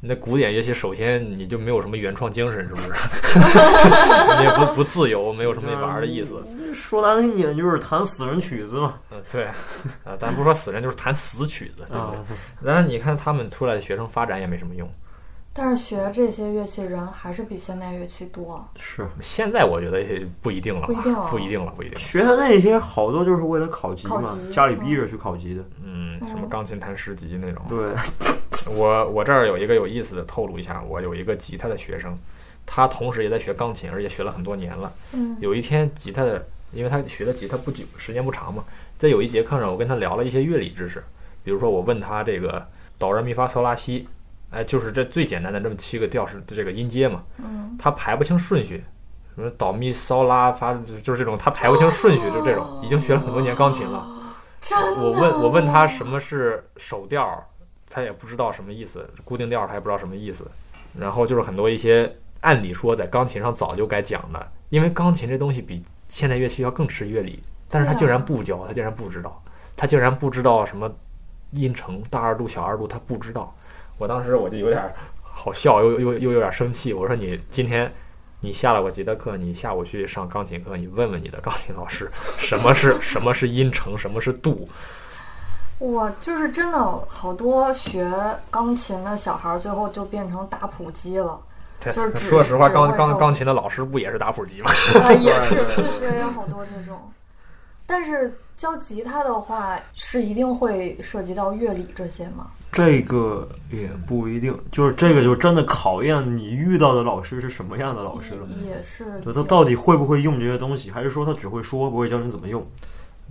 Speaker 2: 那古典乐器首先你就没有什么原创精神，是不 <laughs> 是？你也不不自由，没有什么玩儿的意思。
Speaker 3: 说难听点就是弹死人曲子嘛。
Speaker 2: 嗯，对，啊，咱不说死人，就是弹死曲子，对不对？
Speaker 3: 啊，
Speaker 2: 然后你看他们出来的学生发展也没什么用。
Speaker 1: 但是学这些乐器人还是比现代乐器多。
Speaker 3: 是
Speaker 2: 现在我觉得也不一定了吧，
Speaker 1: 不一定了
Speaker 2: 不一定了，不一定了。
Speaker 3: 学的那些好多就是为了考级
Speaker 1: 考
Speaker 3: 嘛，
Speaker 1: 级
Speaker 3: 家里逼着去考级的。
Speaker 2: 嗯，什么
Speaker 1: 嗯
Speaker 2: 钢琴弹十级那种。
Speaker 3: 对，
Speaker 2: 我我这儿有一个有意思的透露一下，我有一个吉他的学生，他同时也在学钢琴，而且学了很多年了。
Speaker 1: 嗯
Speaker 2: 有一天吉他的，因为他学的吉他不久，时间不长嘛，在有一节课上，我跟他聊了一些乐理知识，比如说我问他这个哆来咪发嗦拉西，哎，就是这最简单的这么七个调式，这个音阶嘛，
Speaker 1: 嗯，
Speaker 2: 他排不清顺序，什么哆咪嗦拉发，就是这种他排不清顺序，就这种，已经学了很多年钢琴了。
Speaker 1: 真的。
Speaker 2: 我问我问他什么是手调，他也不知道什么意思，固定调他也不知道什么意思。然后就是很多一些按理说在钢琴上早就该讲的，因为钢琴这东西比现代乐器要更吃乐理，但是他
Speaker 1: 对啊
Speaker 2: 竟然不教，他竟然不知道，他竟然不知道什么音程、大二度、小二度，他不知道。我当时我就有点好笑，又又又有点生气，我说你今天。你下了我吉他课，你下午去上钢琴课，你问问你的钢琴老师，什么是什么是音程，什么是度，
Speaker 1: 我就是真的好多学钢琴的小孩，最后就变成打谱机了。
Speaker 2: 对
Speaker 1: 就是只
Speaker 2: 说实话，
Speaker 1: 只
Speaker 2: 钢
Speaker 1: 会
Speaker 2: 钢
Speaker 1: 受
Speaker 2: 钢琴的老师不也是打谱机吗？ <laughs>
Speaker 1: 啊，也是，
Speaker 5: 对
Speaker 1: 确实也有好多这种。但是教吉他的话，是一定会涉及到乐理这些嘛？
Speaker 3: 这个也不一定，就是这个就真的考验你遇到的老师是什么样的老师了。
Speaker 1: 也也是
Speaker 3: 就他到底会不会用这些东西，还是说他只会说不会教你怎么用？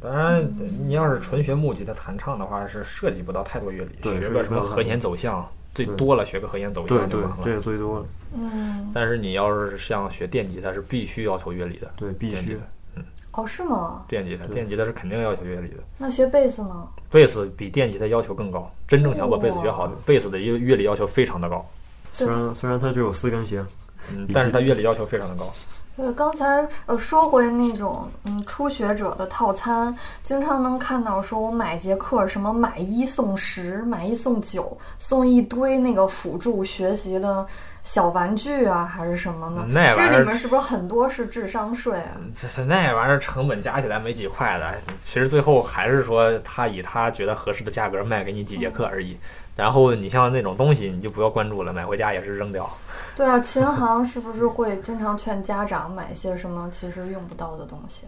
Speaker 2: 当然，你要是纯学木吉他弹唱的话，是涉及不到太多乐理，
Speaker 3: 对
Speaker 2: 学
Speaker 3: 涉
Speaker 2: 个
Speaker 3: 及
Speaker 2: 什
Speaker 3: 不
Speaker 2: 么
Speaker 3: 到
Speaker 2: 和弦走向，最
Speaker 3: 对
Speaker 2: 多了学个和弦走
Speaker 3: 对
Speaker 2: 向就
Speaker 3: 对
Speaker 2: 完，了。
Speaker 3: 这也最多了，
Speaker 1: 嗯，
Speaker 2: 但是你要是像学电吉他，是必须要求乐理的。
Speaker 3: 对，必
Speaker 2: 电吉
Speaker 3: 须
Speaker 2: 他。，
Speaker 1: 哦，是吗？
Speaker 2: 电吉他，
Speaker 3: 对
Speaker 2: 电吉他是肯定要求乐理的。
Speaker 1: 那学贝斯呢？
Speaker 2: 贝斯比电吉他要求更高，真正想把贝斯学好
Speaker 1: 哇，
Speaker 2: 贝斯的乐乐理要求非常的高，
Speaker 3: 虽然虽然它只有四根弦，
Speaker 2: 嗯
Speaker 3: 以，
Speaker 2: 但是
Speaker 3: 及
Speaker 2: 它乐理要求非常的高。
Speaker 1: 对，刚才呃说回那种嗯初学者的套餐，经常能看到说我买节课什么买一送十、买一送九，送一堆那个辅助学习的小玩具啊，还是什么呢？
Speaker 2: 那嗯玩意儿
Speaker 1: 这里面是不是很多是智商税啊？
Speaker 2: 这这那玩意儿成本加起来没几块的，其实最后还是说他以他觉得合适的价格卖给你几节课而已。然后你像那种东西，你就不要关注了，买回家也是扔掉。
Speaker 1: 对啊，琴行是不是会经常劝家长买一些什么其实用不到的东西？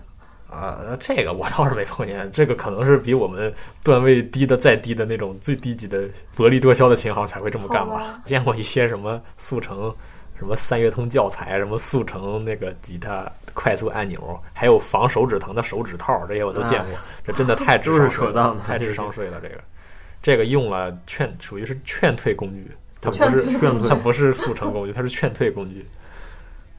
Speaker 2: 啊、那这个我倒是没碰见，这个可能是比我们段位低的再低的那种最低级的薄利多销的琴行才会这么干
Speaker 1: 好
Speaker 2: 吧
Speaker 1: 吧。
Speaker 2: 见过一些什么速成，什么三月通教材，什么速成那个吉他快速按钮，还有防手指疼的手指套，这些我都见过。这真的太智
Speaker 3: 哎都是
Speaker 2: 商税
Speaker 3: 扯
Speaker 2: 了
Speaker 3: 淡的，
Speaker 2: 太智商税了。这个，这个用了劝，属于 <laughs> 是劝退工具，它不
Speaker 1: 劝
Speaker 2: 是
Speaker 1: 退
Speaker 3: 劝退
Speaker 2: 它不是速成工具，它是劝退工具。
Speaker 1: <laughs>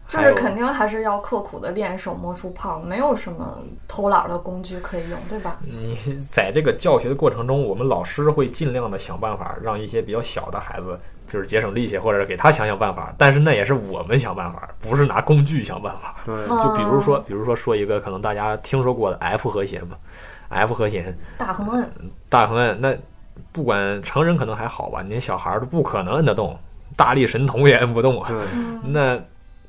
Speaker 1: 就
Speaker 2: 还
Speaker 1: 是
Speaker 2: 有
Speaker 1: 肯定还是要刻苦的练手摸出泡，没有什么偷懒儿的工具可以用，对吧？
Speaker 2: 你在这个教学的过程中，我们老师会尽量的想办法让一些比较小的孩子就是节省力气，或者给他想想办法。但是那也是我们想办法，不是拿工具想办法。
Speaker 3: 对，
Speaker 1: 嗯
Speaker 2: 呃就比如说，比如说说一个可能大家听说过的 F 和弦嘛，F 和弦
Speaker 1: 大横摁，
Speaker 2: 大横摁，那不管成人可能还好吧，你小孩儿都不可能摁得动，大力神童也摁不动啊。
Speaker 3: 对，
Speaker 1: 嗯，
Speaker 2: 那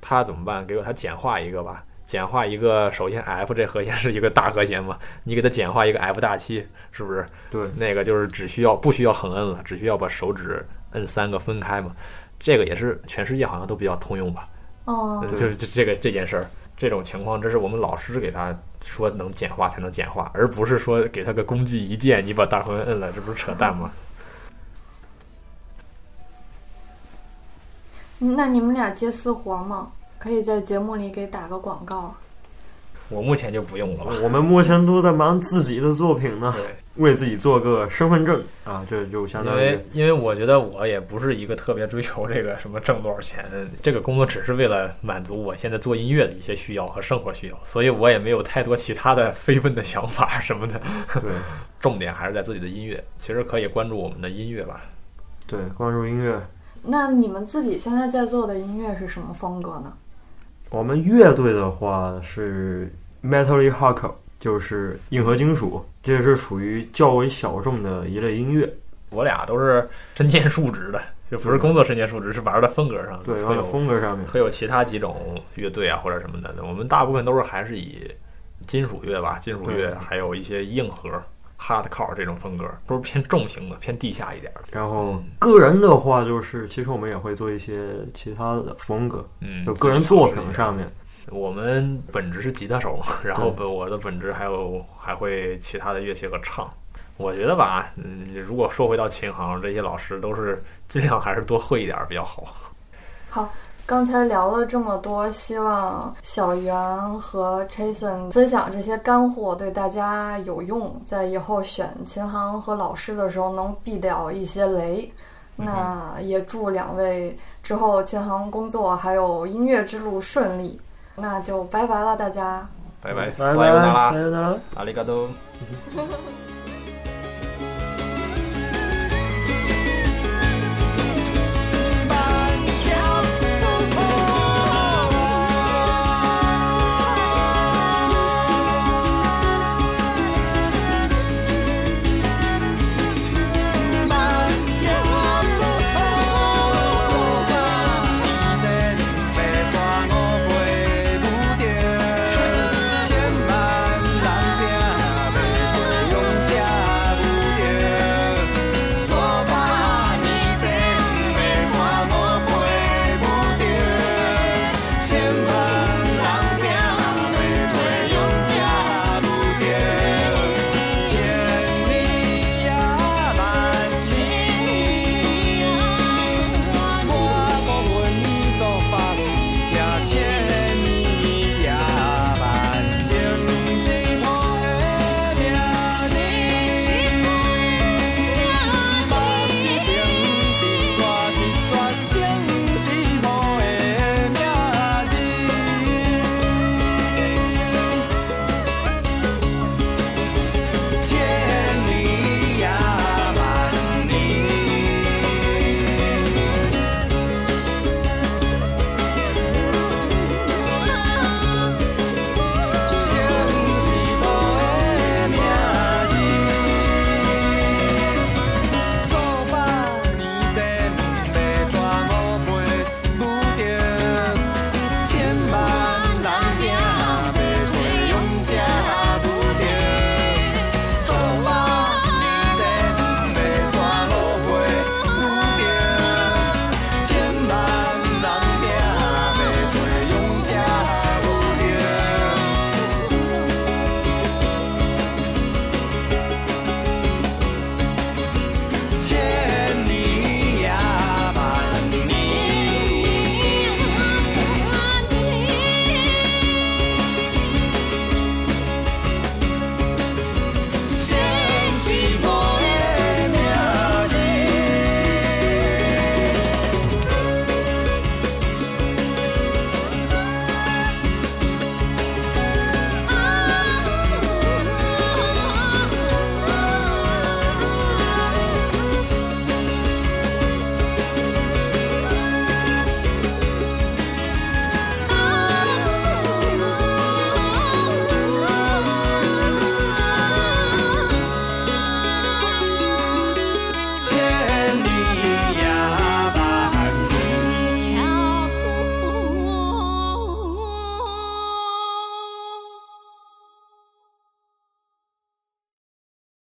Speaker 2: 他怎么办？给我他简化一个吧，简化一个。首先 F 这和弦是一个大和弦嘛，你给他简化一个 F 大七，是不是？
Speaker 3: 对，
Speaker 2: 那个就是只需要不需要横摁了，只需要把手指摁三个分开嘛。这个也是全世界好像都比较通用吧？
Speaker 1: 哦
Speaker 2: 嗯，
Speaker 3: 对
Speaker 2: 就是这这个这件事儿，这种情况，这是我们老师给他说能简化才能简化，而不是说给他个工具一键，你把大横摁了，这不是扯淡吗？
Speaker 1: 那你们俩接私活吗？可以在节目里给打个广告。
Speaker 2: <laughs> 我目前就不用了吧。
Speaker 3: 我们目前都在忙自己的作品呢，
Speaker 2: 对，
Speaker 3: 为自己做个身份证啊，这就相
Speaker 2: 因
Speaker 3: 当于
Speaker 2: 为因为我觉得我也不是一个特别追求这个什么挣多少钱，这个工作只是为了满足我现在做音乐的一些需要和生活需要，所以我也没有太多其他的非分的想法什么的。
Speaker 3: 对
Speaker 2: 重点还是在自己的音乐，其实可以关注我们的音乐吧。
Speaker 3: 对关注音乐。
Speaker 1: 那你们自己现在在做的音乐是什么风格呢？
Speaker 3: 我们乐队的话是 metally hardcore，就是硬核金属，这是属于较为小众的一类音乐。
Speaker 2: 我俩都是身兼数职的，就不是工作身兼数职，是玩的风格上
Speaker 3: 对，
Speaker 2: 会
Speaker 3: 放在
Speaker 2: 有
Speaker 3: 风格上面，
Speaker 2: 会有其他几种乐队啊或者什么的，我们大部分都是还是以金属乐吧，金属乐
Speaker 3: 对
Speaker 2: 还有一些硬核。hardcore 这种风格都是偏重型的，偏地下一点的。
Speaker 3: 然后
Speaker 2: 嗯
Speaker 3: 个人的话就是，其实我们也会做一些其他的风格，
Speaker 2: 嗯，
Speaker 3: 就个人作品上面。
Speaker 2: 我们本职是吉他手， <laughs> 然后本我的本职还有还会其他的乐器和唱。我觉得吧，嗯，如果说回到琴行，这些老师都是尽量还是多会一点儿比较好。
Speaker 1: 刚才聊了这么多，希望小袁和 Jason 分享这些干货对大家有用，在以后选琴行和老师的时候能避掉一些雷。那也祝两位之后琴行工作还有音乐之路顺利。那就拜拜了，大家。
Speaker 2: 拜拜，
Speaker 3: 拜
Speaker 2: 撒
Speaker 3: 拜，
Speaker 2: 由那
Speaker 3: 再
Speaker 2: 拉，
Speaker 3: 见啦。
Speaker 2: 阿里嘎多。
Speaker 4: 一